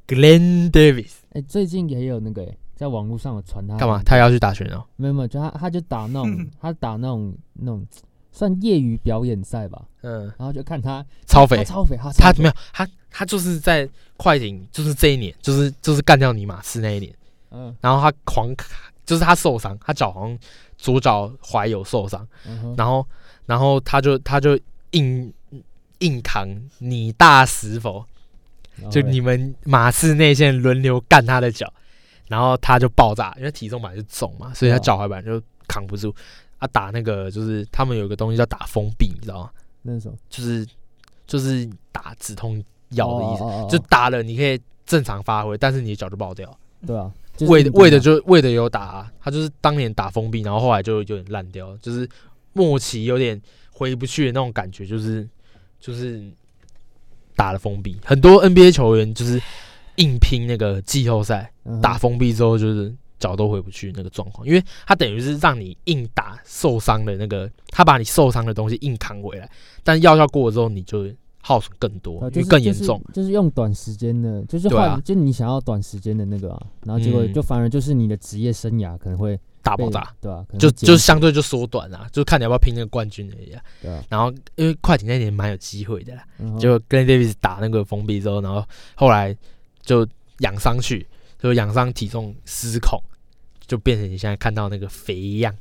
S1: ，Glenn Davis
S4: 哎，最近也有那个哎，在网络上有传他
S1: 干嘛？？嗯他要去打拳哦。
S4: 没有没有，就他他就打那种他打那种那种算业余表演赛吧，
S1: 嗯，
S4: 然后就看他
S1: 超
S4: 他
S1: 肥，
S4: 超肥，
S1: 他
S4: 他超肥
S1: 没有他，他就是在快艇，就是这一年，就是就是干掉尼玛斯那一年，
S4: 嗯
S1: 然后他狂，就是他受伤，他脚好像左脚踝有受伤，
S4: 嗯哼
S1: 然后然后他就他就硬硬扛你大石佛，
S4: 然后
S1: 就
S4: 嘞
S1: 你们马刺内线轮流干他的脚，然后他就爆炸，因为体重本来就重嘛，所以他
S4: 对啊
S1: 脚踝本来就扛不住。他打那个就是他们有一个东西叫打封闭，你知道吗？
S4: 那时候
S1: 就是就是打止痛药的意思，
S4: 思
S1: 就打了你可以正常发挥，但是你的脚就爆掉。
S4: 对啊，就是
S1: 为
S4: 运
S1: 的
S4: 动
S1: 为的
S4: 嘛
S1: 就为的有打、啊，他就是当年打封闭，然后后来就有点烂掉，就是末期有点回不去的那种感觉，就是就是打了封闭。很多 NBA 球员就是硬拼那个季后赛，
S4: 嗯哼
S1: 打封闭之后就是脚都回不去那个状况，因为他等于是让你硬打受伤的那个，他把你受伤的东西硬扛回来，但药效过了之后你就耗损更多，
S4: 呃
S1: 因
S4: 就
S1: 为
S4: 是
S1: 更严
S4: 就是
S1: 重。
S4: 就是用短时间的，就是
S1: 对啊
S4: 换、就你想要短时间的那个啊，然后结果
S1: 嗯
S4: 就反而就是你的职业生涯可能会
S1: 大
S4: 被
S1: 爆炸，
S4: 对啊，可能
S1: 就
S4: 会
S1: 就
S4: 减
S1: 相对就缩短啦、就看你要不要拼那个冠军而已、啊。
S4: 对啊，嗯
S1: 然后因为快艇那年蛮有机会的啦，
S4: 然后
S1: 结果跟 Davis 打那个封闭之后，然后后来就养伤去，就养伤体重失控，就变成你现在看到那个肥样，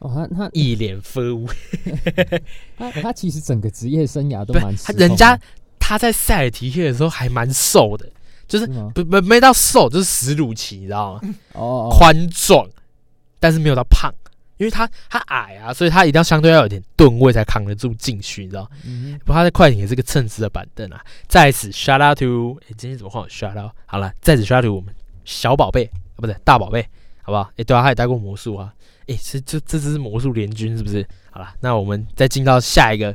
S4: 哦他他
S1: 一 脸飞舞。
S4: 他他其实整个职业生涯都
S1: 不是
S4: 蛮
S1: 他
S4: 失控
S1: 人家
S4: 的
S1: 他在塞尔提克的时候还蛮瘦的，就是
S4: 是吗？
S1: 不不没到瘦，就是史鲁奇，你知道吗？
S4: 哦哦，
S1: 宽壮，但是没有到胖，因为他他矮啊，所以他一定要相对要有点吨位才扛得住进去，你知道吗？
S4: 嗯
S1: 不过他在快艇也是个称职的板凳啊。在此 shout out to，哎、今天怎么换我 shout out？好了，在此 shout out to 我们小宝贝啊，不对，大宝贝，好不好？哎、对啊，他也待过魔术啊。哎、是这这支是魔术联军是不是？好了，那我们再进到下一个，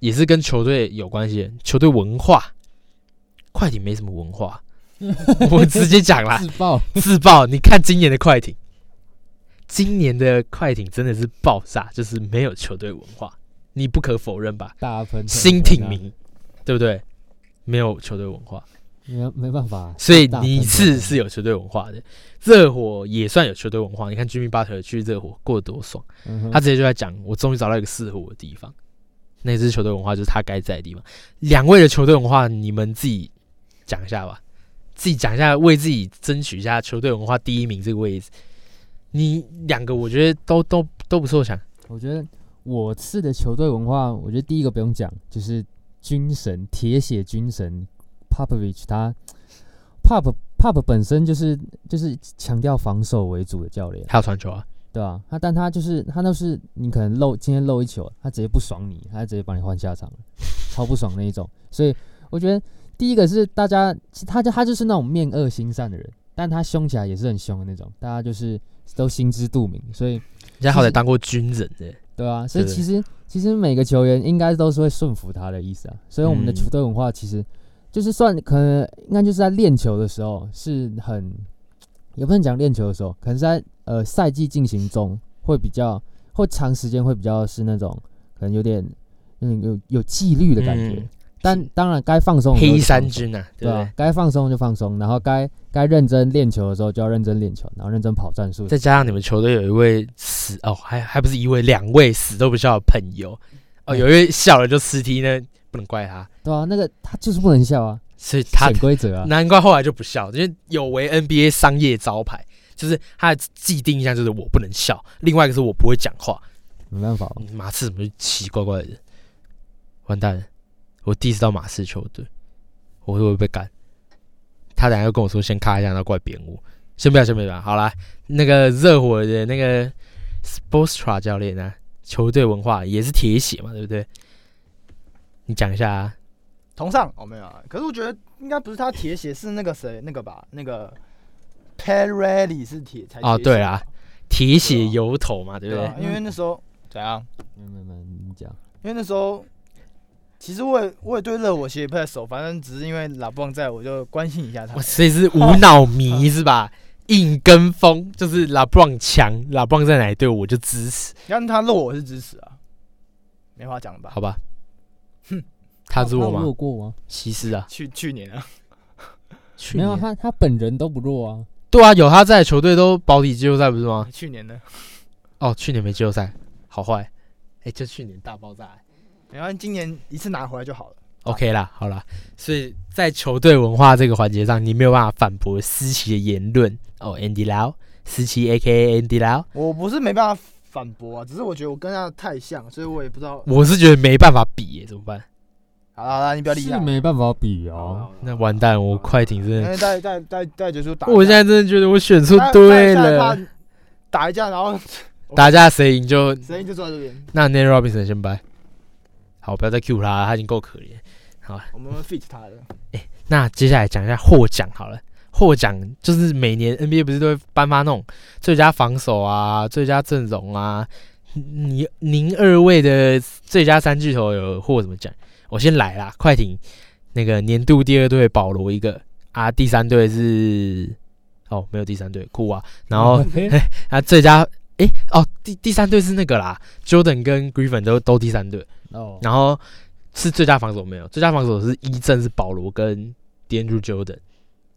S1: 也是跟球队有关系的，球队文化。快艇没什么文化，我直接讲啦，
S4: 自爆，
S1: 自爆。你看今年的快艇，今年的快艇真的是爆炸，就是没有球队文化，你不可否认吧？
S4: 大喷啊
S1: 新挺，民，对不对？没有球队文化，
S4: 没有没办法，
S1: 所以
S4: 大
S1: 尼
S4: 喷
S1: 次
S4: 头
S1: 是有球队文化的。热火也算有球队文化，你看 Jimmy Butler 去热火过得多爽，
S4: 嗯哼
S1: 他直接就在讲，我终于找到一个适合我的地方，那支球队文化就是他该在的地方。两位的球队文化，你们自己讲一下吧，自己讲一下，为自己争取一下球队文化第一名这个位置。你两个我觉得都都都不错，想
S4: 我觉得我次的球队文化，我觉得第一个不用讲，就是军神铁血军神 Popovich，他 Pop Pop 本身就是就是强调防守为主的教练，
S1: 还有传球啊，
S4: 对啊，他但他就是他都是你可能漏今天漏一球，他直接不爽你，他直接把你换下场了， 超不爽那一种。所以我觉得第一个是大家，其他就他就是那种面恶心善的人，但他凶起来也是很凶的那种，大家就是都心知肚明，所以
S1: 人家好歹当过军人的，
S4: 对啊，所以
S1: 对
S4: 其实其实每个球员应该都是会顺服他的意思啊。所以我们的
S1: 嗯
S4: 球队文化其实就是算可能应该就是在练球的时候是很，也不能讲练球的时候，可能是在呃赛季进行中会比较会长时间会比较是那种可能有点嗯有有纪律的感觉。
S1: 嗯
S4: 但当然该放松的时候
S1: 黑
S4: 就放
S1: 山
S4: 松
S1: 军啊，对
S4: 对
S1: 不对
S4: 啊？，该放松就放松，然后该该认真练球的时候就要认真练球，然后认真跑战术。
S1: 再加上你们球队有一位死哦，还还不是一位，两位死都不笑的朋友哦，
S4: 嗯
S1: 有一位笑了就吃踢呢，不能怪他，
S4: 对啊，那个他就是不能笑啊，
S1: 所以他
S4: 潜规则啊。
S1: 难怪后来就不笑，因为有违 NBA 商业招牌，就是他的既定印象就是我不能笑，另外一个是我不会讲话。
S4: 没办法哦，
S1: 嗯马刺怎么就奇奇怪怪的人？完蛋了，我第一次到马刺球队，我会不会被干？他等下又跟我说先咔一下，然后过来扁我。先不要，先不要，好啦，那个热火的那个 Sportstra 教练啊，球队文化也是铁血嘛，对不对？你讲一下、啊，
S3: 同上哦没有啊，可是我觉得应该不是他铁血，是那个谁那个吧，那个 p a r e l l 是铁才
S1: 哦
S3: 铁血
S1: 对啊
S3: 吧，
S1: 铁血油头嘛，对
S3: 对
S1: 不对？嗯
S3: 啊因为那时候怎样？
S4: 没有没有没有，你讲。
S3: 因为那时候其实我也我也对热火其实也不太熟，反正只是因为拉布朗在我就关心一下他
S1: 哇，。所以是无脑迷 是吧？硬跟风就是拉布朗强，拉布朗在哪一队我就支持，
S3: 但他热我是支持啊，没话讲了吧？
S1: 好吧？他是我
S4: 他弱
S1: 吗？
S4: 过吗？
S1: 骑士啊，
S3: 去去 年啊，
S1: 去
S4: 没有，
S1: 年
S4: 他他本人都不弱啊。
S1: 对啊，有他在的球队都保底季后赛不是吗？
S3: 去年呢？
S1: 哦，去年没季后赛，好坏，哎、就去年大爆炸、
S3: 然后今年一次拿回来就好了。
S1: OK 啦，好啦，所以在球队文化这个环节上，你没有办法反驳思琪的言论哦，Andy Lau，思琪 A.K.A. Andy Lau，
S3: 我不是没办法反驳啊，只是我觉得我跟他太像，所以我也不知道。
S1: 我是觉得没办法比耶、怎么办？
S3: 好啦好啦，你不要理他
S4: 是。没办法比
S5: 好
S4: 啊。
S5: 好
S1: 那完蛋，我快艇真
S3: 因
S1: 的，
S3: 为带带带带结束打一架，
S1: 我现在真的觉得我选错
S3: 大
S1: 队
S3: 大
S1: 了。
S3: 大打一架，然后
S1: 打架谁赢就
S3: 声音就坐在这边。
S1: 那 Nate Robinson 先掰。好，不要再 Q 他，他已经够可怜。
S3: 我们会 fit 他的，
S1: 那接下来讲一下获奖好了。获奖就是每年 NBA 不是都会颁发那种最佳防守啊、最佳阵容啊。你您二位的最佳三巨头有获什么奖？我先来啦，快艇那个年度第二队保罗一个啊，第三队是哦没有第三队酷啊，然 后啊最佳诶哦第第三队是那个啦，Jordan 跟 Griffin 都都第三队，
S4: 哦，
S1: 然后是最佳防守没有，最佳防守是一阵是保罗跟 d a n d r e Jordan，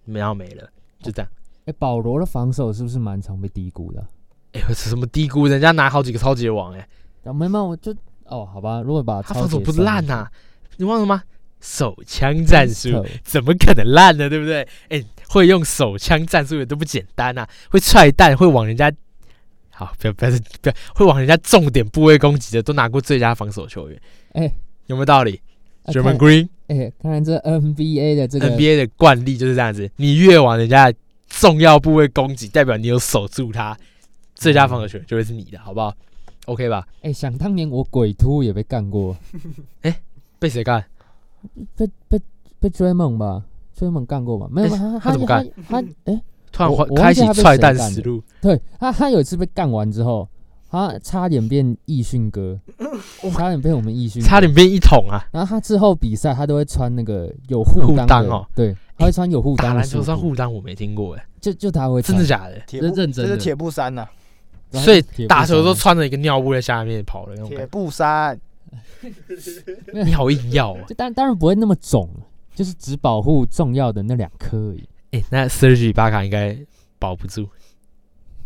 S1: 然后没了，就这样。
S4: 哎，保罗的防守是不是蛮常被低估的啊？
S1: 哎、呦，什么低估人家拿好几个超级王哎、
S4: 啊，没办法，我就哦，好吧，如果把
S1: 他
S4: 超
S1: 防守
S4: 级
S1: 不是烂呐、
S4: 上
S1: 你忘了吗？手枪战术
S4: 去，
S1: 怎么可能烂呢？对不对？哎、会用手枪战术的都不简单啊，会踹蛋，会往人家好，不要不要不要，会往人家重点部位攻击的都拿过最佳防守球员，
S4: 哎，
S1: 有没有道理
S4: 啊
S1: ？German
S4: 看
S1: Green
S4: 哎，看来这 NBA 的这个
S1: NBA 的惯例就是这样子，你越往人家的重要部位攻击，代表你有守住他，最佳防守权就会是你的，好不好？OK 吧？
S4: 哎、想当年我鬼秃也被干过，
S1: 被谁干？
S4: 被被被追梦吧，追梦干过吧？没有，
S1: 哎
S4: 他
S1: 他怎么干？
S4: 他他哎、
S1: 突然
S4: 我
S1: 换
S4: 我忘
S1: 开
S4: 记
S1: 启
S4: 他被
S1: 踹
S4: 谁
S1: 蛋
S4: 干
S1: 实
S4: 的
S1: 录，
S4: 对他他有一次被干完之后，他差点变易迅哥，差点被我们易迅哥，
S1: 差点变一桶啊！
S4: 然后他之后比赛他都会穿那个有护
S1: 护
S4: 裆
S1: 裆
S4: 的，
S1: 哦
S4: 对，他会穿有护裆的
S1: 打篮球
S4: 束
S1: 穿
S4: 缚
S1: 护裆我没听过哎，
S4: 就就他会
S1: 真
S4: 穿
S1: 的假的？
S3: 铁
S4: 这
S3: 布
S4: 是认真
S3: 这是
S4: 的
S3: 铁布衫呐，
S4: 然后
S1: 所以
S4: 铁布
S1: 打球都
S4: 衫
S1: 穿着一个尿布在下面跑的那种
S3: 铁
S1: 感
S3: 布衫，
S1: 觉，你好硬要 啊！
S4: 就当当然不会那么肿，就是只保护重要的那两颗而已。
S1: 哎、那 Serge i 巴卡应该保不住，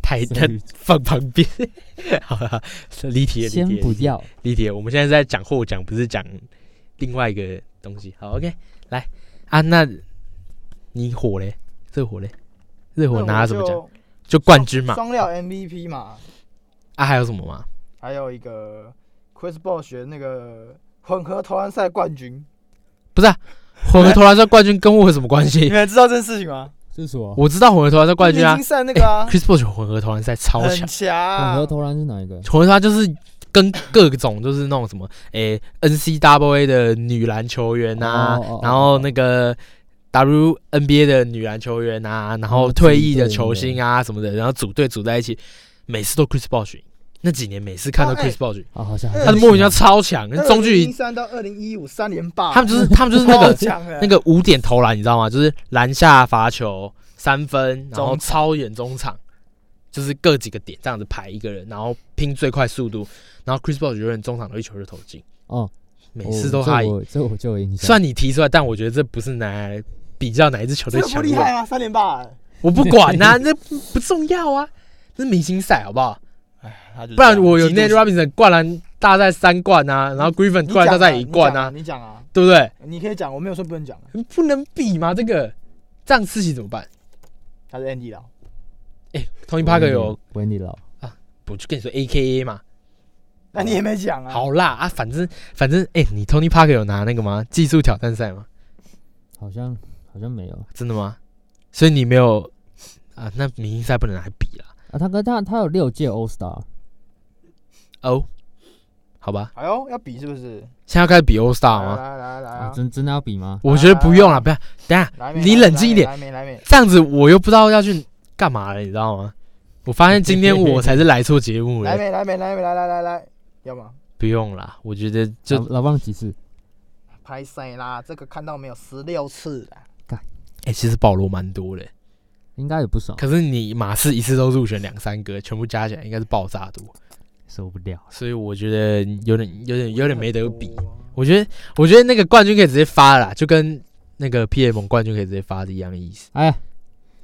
S1: 太太放旁边。 好了，离题了，离题
S4: 先
S1: 了
S4: 不要，
S1: 离题了。我们现在在讲获奖，不是讲另外一个东西。好，OK，来啊，那你火嘞？热火嘞？热火拿了什么奖？
S3: 就
S1: 就冠军嘛。
S3: 双料 MVP 嘛，
S1: 啊，还有什么吗？
S3: 还有一个 Chris Bosh 的那个混合投篮赛冠军，
S1: 不是啊，混合投篮赛冠军跟我有什么关
S3: 你
S1: 系？
S3: 们知道这件事情吗？
S4: 是什么？
S1: 我知道混合投篮赛冠军
S3: 明
S1: 啊
S3: 星赛那个啊，
S1: ，Chris Bosh 混合投篮赛超强
S3: 很。强，
S4: 混合啊投篮是哪一个？
S1: 除了他就是跟各种就是那种什么，诶、n c w a 的女篮球员啊，
S4: 哦哦哦
S1: 然后那个 WNBA 的女篮球员啊，然后
S4: 哦
S1: 退役的
S4: 组队
S1: 球星
S4: 哦
S1: 啊什么的，然后组队组在一起，每次都 Chris Bosh。那几年每次看到
S3: 哦哎
S1: Chris Bosh，、
S4: 啊，好像
S3: 他
S1: 他的莫名其妙超强，跟中距离
S3: 三到二零一五三连霸，
S1: 他们就是他们就是那
S3: 超
S1: 个
S3: 强的
S1: 那个五点投篮，你知道吗？就是篮下罚球三分，然后
S3: 中场
S1: 超远中场，就是各几个点这样子排一个人，然后拼最快速度，然后 Chris Paul 永远中场有一球就投进，
S4: 哦，
S1: 每次都他
S4: 这
S1: 赢。
S4: 我这我就有印象。
S1: 虽然你提出来，但我觉得这不是拿来比较哪一支球
S3: 这
S1: 队
S3: 个不
S1: 强
S3: 厉
S1: 弱
S3: 害，啊吗？三连霸，
S1: 我不管呐、 那不重要啊，那是明星赛好不好？不
S3: 不
S1: 然我有 Nate Robinson 灌篮大赛三冠啊，然后 Griffin 灌篮大赛一冠啊，
S3: 你讲啊，
S1: 对不对？
S3: 你可以讲，我没有说不能讲，
S1: 不能比嘛，这个这样事情怎么办？
S3: 他是 Andy 啦，
S1: 哎、t o n y
S4: 嗯
S1: Parker 有
S4: 维尼老，
S1: 我就跟你说 A K A 嘛，
S3: 那你也没讲啊，，
S1: 好啦啊，反正反正，哎、你 Tony Parker 有拿那个吗？技术挑战赛吗？
S4: 好像好像没有
S1: 真的吗？所以你没有啊？那明星赛不能来比啦。
S4: 啊。他跟他他有六届 All Star，
S1: 哦，好吧，
S3: 哎呦，要比是不是？
S1: 现在要开始比 All Star
S3: 来
S1: 吗？
S3: 来来来
S4: 啊
S3: 啊，
S4: 真真的要比吗？
S1: 我觉得不用了，不要，等一下
S3: 来，
S1: 你冷静一点，
S3: 来没来没，
S1: 这样子我又不知道要去干嘛了，你知道吗？我发现今天我才是来错节目
S3: 来
S1: 了，
S3: 没来没来没来来来来，要吗？
S1: 不用啦，我觉得
S4: 老
S1: 就
S4: 老棒几次？
S3: 拍谁啦？这个看到没有？十六次啦，
S1: 哎、其实保罗蛮多的、
S4: 应该也不少，
S1: 可是你马刺一次都入选两三个，全部加起来应该是爆炸多。
S4: 受不了。
S1: 所以我觉得有点、有点、有点没得
S3: 哦
S1: 比。我觉得，我觉得那个冠军可以直接发了啦，就跟那个 P M 冠军可以直接发的一样意思。
S4: 哎，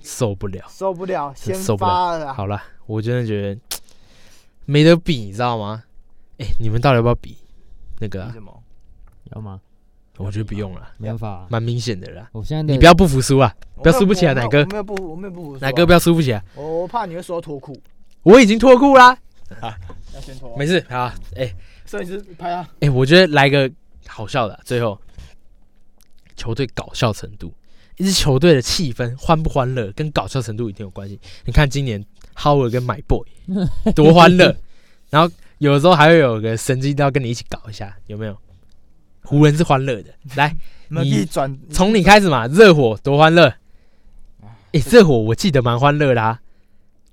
S1: 受不了。
S3: 受不了，先
S1: 受不了
S3: 发了啦，
S1: 好啦，我真的觉得没得比，你知道吗？哎、你们到底要不要比那个、
S3: 比
S1: 啊？
S3: 什么？
S4: 要吗？
S1: 我觉得不用了，
S4: 没办法啊、
S1: 蛮明显的啦。
S4: 我现在的
S1: 你不要不服输啊，
S3: 我
S1: 不要
S3: 没有
S1: 输不起啊
S3: 我没有
S1: 奶哥
S3: 我没有不，我没有不服输啊，
S1: 奶哥不要输不起啊！
S3: 我我怕你会说脱裤，
S1: 我已经脱裤啦，
S3: 要先脱。
S1: 没事啊。哎、
S3: 摄影师拍啊，
S1: 哎、我觉得来个好笑的啊、最后球队搞笑程度，一支球队的气氛欢不欢乐，跟搞笑程度一定有关系。你看今年 Howard 跟 My Boy 多欢乐，然后有的时候还会有个神经都要跟你一起搞一下，有没有？湖人是欢乐的，来
S3: 你们可以转
S1: 从你开始嘛，热火多欢乐。哎、热火我记得蛮欢乐的啊，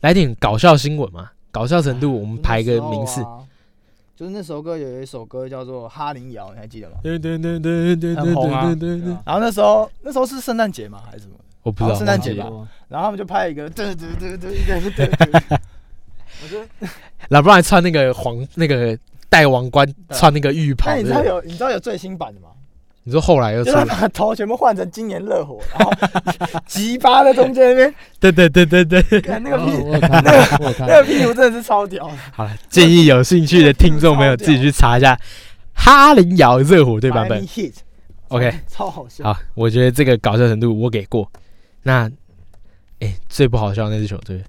S1: 来点搞笑新闻嘛，搞笑程度我们排个名次。。
S3: 哦就是那首歌有一首歌叫做《哈林谣》，你还记得吗？
S1: 对对对对对
S3: 很红啊
S1: 对对，
S3: 然后那时候那时候是圣诞节嘛还是什么？
S1: 我不知道，
S3: 好圣诞
S1: 忘记
S3: 节
S1: 了
S3: 吧然后他们就拍一个，对对对对对对 对。我觉得，
S1: 老布朗还穿那个黄那个戴王冠，
S3: 对啊
S1: 穿那个浴袍
S3: 那你知道
S1: 的。
S3: 有你知道有最新版的吗？
S1: 你说后来又
S3: 就
S1: 出
S3: 是他
S1: 来，
S3: 把头全部换成今年热火，然后鸡巴在中间 那边，
S1: 对对对对对。
S3: 看那
S4: 哦
S3: 个屁
S4: 我有看到，我有看
S3: 那个
S4: 到，
S3: 屁股真的是超屌的，
S1: 好了，建议有兴趣的听众朋友自己去查一下哈林瑶热火队版
S3: Miami
S1: 本。
S3: Heat
S1: OK，
S3: 超好笑。
S1: 好，我觉得这个搞笑程度我给过。那，哎、最不好笑的那支球队，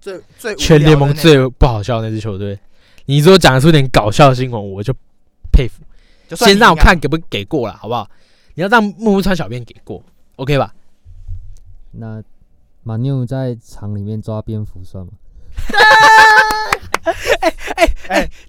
S3: 最最无聊的
S1: 全联盟
S3: 那个
S1: 最不好笑的那支球队，你如果讲出点搞笑新闻，我就佩服。
S3: 就算
S1: 先让我
S3: 你赢啊
S1: 看给不给过了，好不好？你要让木木川小便给过，OK 吧？
S4: 那马妞在厂里面抓蝙蝠算吗？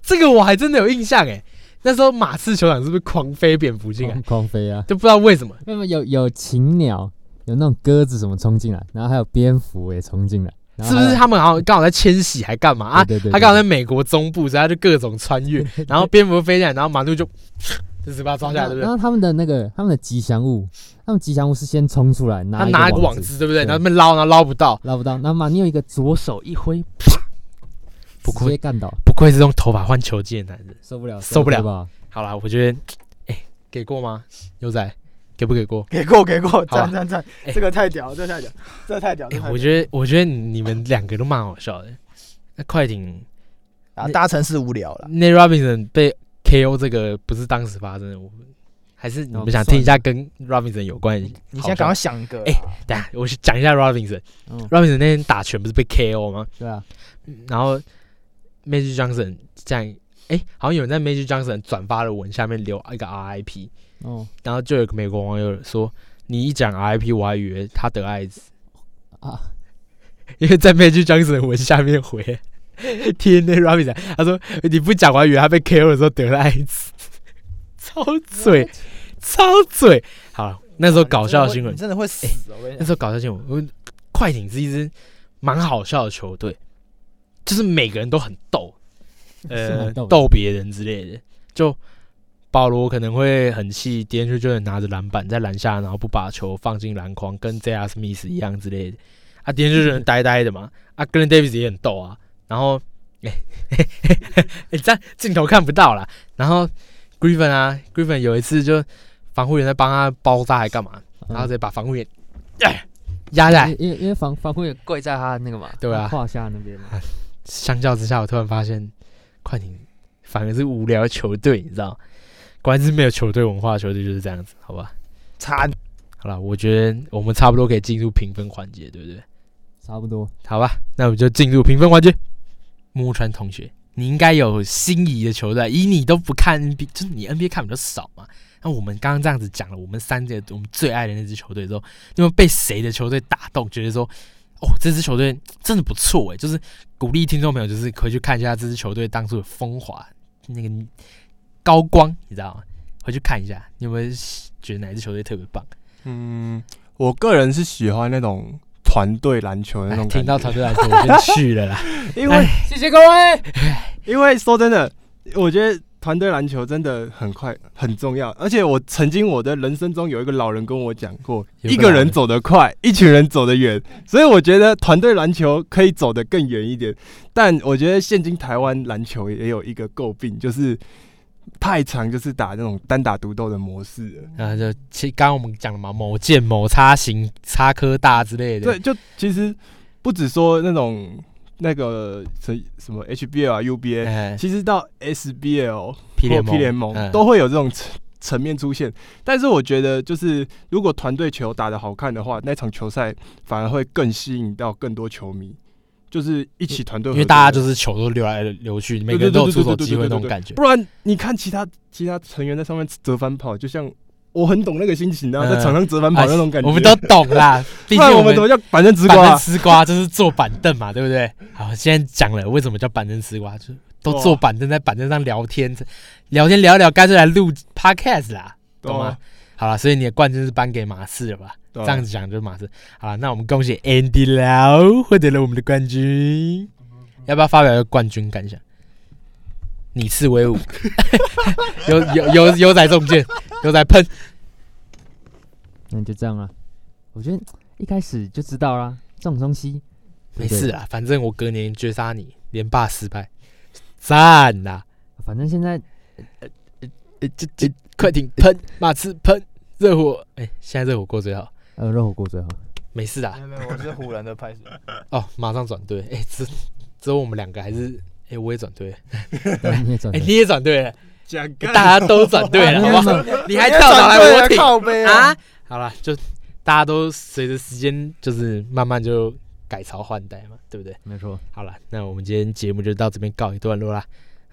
S1: 这个我还真的有印象哎，那时候马刺球场是不是狂飞蝙蝠进来
S4: 狂？狂飞啊！
S1: 就不知道为什么，
S4: 那么有有禽鸟，有那种鸽子什么冲进来，然后还有蝙蝠也冲进来，然
S1: 是
S4: 后
S1: 不
S4: 还有
S1: 是他们好像刚好在迁徙还干嘛啊？
S4: 对对对，
S1: 他刚好在美国中部，所以他就各种穿 越，然后蝙蝠飞进来，然后马路就 就是把他抓下来，对不
S4: 然
S1: 对？
S4: 后他们的那个他们的吉祥物，他们吉祥物是先冲出来拿
S1: 他拿一
S4: 一
S1: 个
S4: 个
S1: 网
S4: 子，
S1: 子，对不对？
S4: 对
S1: 然后他们捞，然后捞不到，
S4: 捞不到，然后马妞一个左手一挥，
S1: 不
S4: 直
S1: 愧
S4: 接干倒，
S1: 不愧是用头发换球技的男人。
S4: 受不了，
S1: 受不了
S4: 吧？
S1: 好啦，我觉得，哎、给过吗？牛仔，给不给过？
S3: 给过给过，
S1: 好啊
S3: 赞赞赞
S1: 哎，
S3: 这个太屌，这个太屌，这个太屌。
S1: 哎、
S3: 这个太屌
S1: 我觉得，我觉得你们两个都蛮好笑的。那快艇
S3: 啊，大城市无聊了，
S1: 那 Robinson 被 KO 这个不是当时发生的，我还是你
S4: 哦
S1: 们想
S4: 算
S1: 听一下跟 Robinson 有关的？
S3: 啊你现在赶快想一个。
S1: 哎等一下我去讲一下 Robinson。
S4: 嗯
S1: Robinson 那天打拳不是被 KO 吗？
S4: 对啊，
S1: 然后 Magic Johnson 这样，哎、好像有人在 Magic Johnson 转发的文下面留一个 RIP，
S4: 哦
S1: 然后就有个美国网友说：“你一讲 RIP，我还以为他得艾滋，
S4: 啊，
S1: 因为在 Magic Johnson 的文下面回 TNA Robinson，他说你不讲，我还以为他被 KO 的时候得了艾滋， 超嘴，超嘴。好了，那时候搞笑的新闻哎
S3: 你，真的会死！我跟你
S1: 那
S3: 讲，
S1: 时候搞笑新闻，我快艇是一支蛮好笑的球队，就是每个人都很逗，
S4: 是
S1: 呃
S4: 蛮，逗的
S1: 逗别人之类的。就保罗可能会很气，d a n 就能拿着篮板在篮下，然后不把球放进篮筐，跟 J.R. Smith 一样之类的。啊，d a n 就
S4: 嗯
S1: 能呆呆的嘛，啊 g l e n Davis 也很逗啊。然后，哎、 欸，这样镜头看不到啦。然后 Griffin 啊，Griffin 有一次就防护员在帮他包扎还干嘛，然后直
S4: 嗯
S1: 接把防护员哎压下来。
S4: 因为因为防防护员
S5: 跪在他那个嘛，
S1: 对啊，
S4: 胯下那边嘛，
S1: 相较之下，我突然发现快艇反而是无聊的球队，你知道？果然是没有球队文化的球队就是这样子，好吧？
S3: 惨
S1: 好了，我觉得我们差不多可以进入评分环节，对不对？
S4: 差不多。
S1: 好吧，那我们就进入评分环节。木川同学，你应该有心仪的球队，以你都不看 NBA，就是你 NBA 看比较少嘛。那我们刚刚这样子讲了，我们三个我们最爱的那支球队之后，你们被谁的球队打动？觉得说，哦，这支球队真的不错诶，欸就是鼓励听众朋友，就是回去看一下这支球队当初的风华，那个高光，你知道吗？回去看一下，你有没有觉得哪支球队特别棒？
S6: 嗯，我个人是喜欢那种团队篮球的那
S1: 哎
S6: 种
S1: 听
S6: 感
S1: 到
S6: 觉，
S1: 团队来说，哎我先去了啦。
S6: 因为
S5: 谢谢各位。
S6: 因为说真的，我觉得团队篮球真的很快很重要，而且我曾经我的人生中有一个老人跟我讲过，
S1: 有啊
S6: 一
S1: 个老
S6: 个
S1: 人
S6: 人走得快，一群人走得远，所以我觉得团队篮球可以走得更远一点。但我觉得现今台湾篮球也有一个诟病，就是太常就是打那种单打独斗的模式了。
S1: 然后就其实刚刚我们讲了嘛，某剑、某叉型、叉科大之类的，
S6: 对，就其实不只说那种那个什什么 HBL 啊 UBA，
S1: 哎，
S6: 其实到 SBL
S1: ，P
S6: 或
S1: 联盟
S6: P 联盟
S1: 嗯
S6: 都会有这种层层面出现。但是我觉得，就是如果团队球打得好看的话，那场球赛反而会更吸引到更多球迷，就是一起团队合作的，
S1: 因为大家就是球都溜来溜去，每个人都有出手机会那种感觉。
S6: 不然你看其他其他成员在上面折返跑，就像我很懂那个心情啊，
S1: 嗯
S6: 在场上折返跑那种感觉。
S1: 我们都懂啦，毕竟
S6: 不然我
S1: 们
S6: 们怎么叫反正吃瓜
S1: 板凳
S6: 啊？
S1: 吃瓜就是坐板凳嘛，对不对？好，现在讲了为什么叫板凳吃瓜，就是都坐板凳在板凳上聊天，聊天聊一聊，干脆来录 podcast 啦，懂吗
S6: 啊？？
S1: 好了，所以你的冠军是颁给马刺了吧？
S6: 这
S1: 这样子讲就是马刺。好了，那我们恭喜 Andy Lau 获得了我们的冠军。要不要发表一个冠军感想？你次威武， 有有有有仔中箭，有仔喷。
S4: 那就这样啦。我觉得一开始就知道啦，这种东西
S1: 没事啊，反正我隔年绝杀你，连霸失败，赞啊啦！
S4: 反正现在
S1: 呃这这快艇喷，马刺喷，热火哎、现在热火过最好，
S4: 呃热火锅最好。
S1: 没事啦
S3: 没。有没有，我是湖人的拍手。
S1: 哦，马上转队，哎、只只有我们两个还是哎、我也转队了，
S4: 但你也转
S1: 哎、
S4: 了
S1: 你也转队了，
S6: 讲干
S1: 大家都转队 了，
S4: 没
S1: 好
S4: 有
S1: 不
S4: 没有
S1: 好？你还跳槽来我挺，
S3: 靠背啊
S1: 啊！，好了，就大家都随着时间，就是慢慢就改朝换代嘛，对不对？
S4: 没错，
S1: 好了，那我们今天节目就到这边告一段落啦，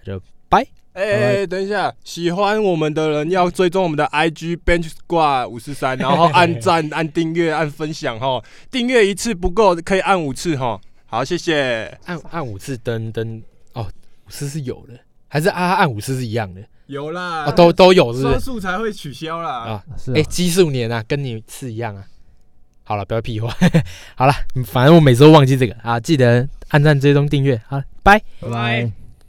S1: 那就
S6: 哎、哎哎等一下，喜欢我们的人要追踪我们的 IG Bench Squad 五十三，然后按赞、按订阅、按分享哈。订阅一次不够，可以按五次哈。好，谢谢。
S1: 按按五次灯灯哦，五次是有的，还是啊按五次是一样的
S6: 有啦
S1: 啊？都都有是不
S6: 双
S1: 是？
S6: 数才会取消啦。
S1: 啊
S4: 是啊
S1: 哎，奇数年啊，跟你是一样啊。好了，不要屁话。 好了，反正我每次都忘记这个啊，记得按赞、追踪、订阅。好，拜。
S4: 拜拜。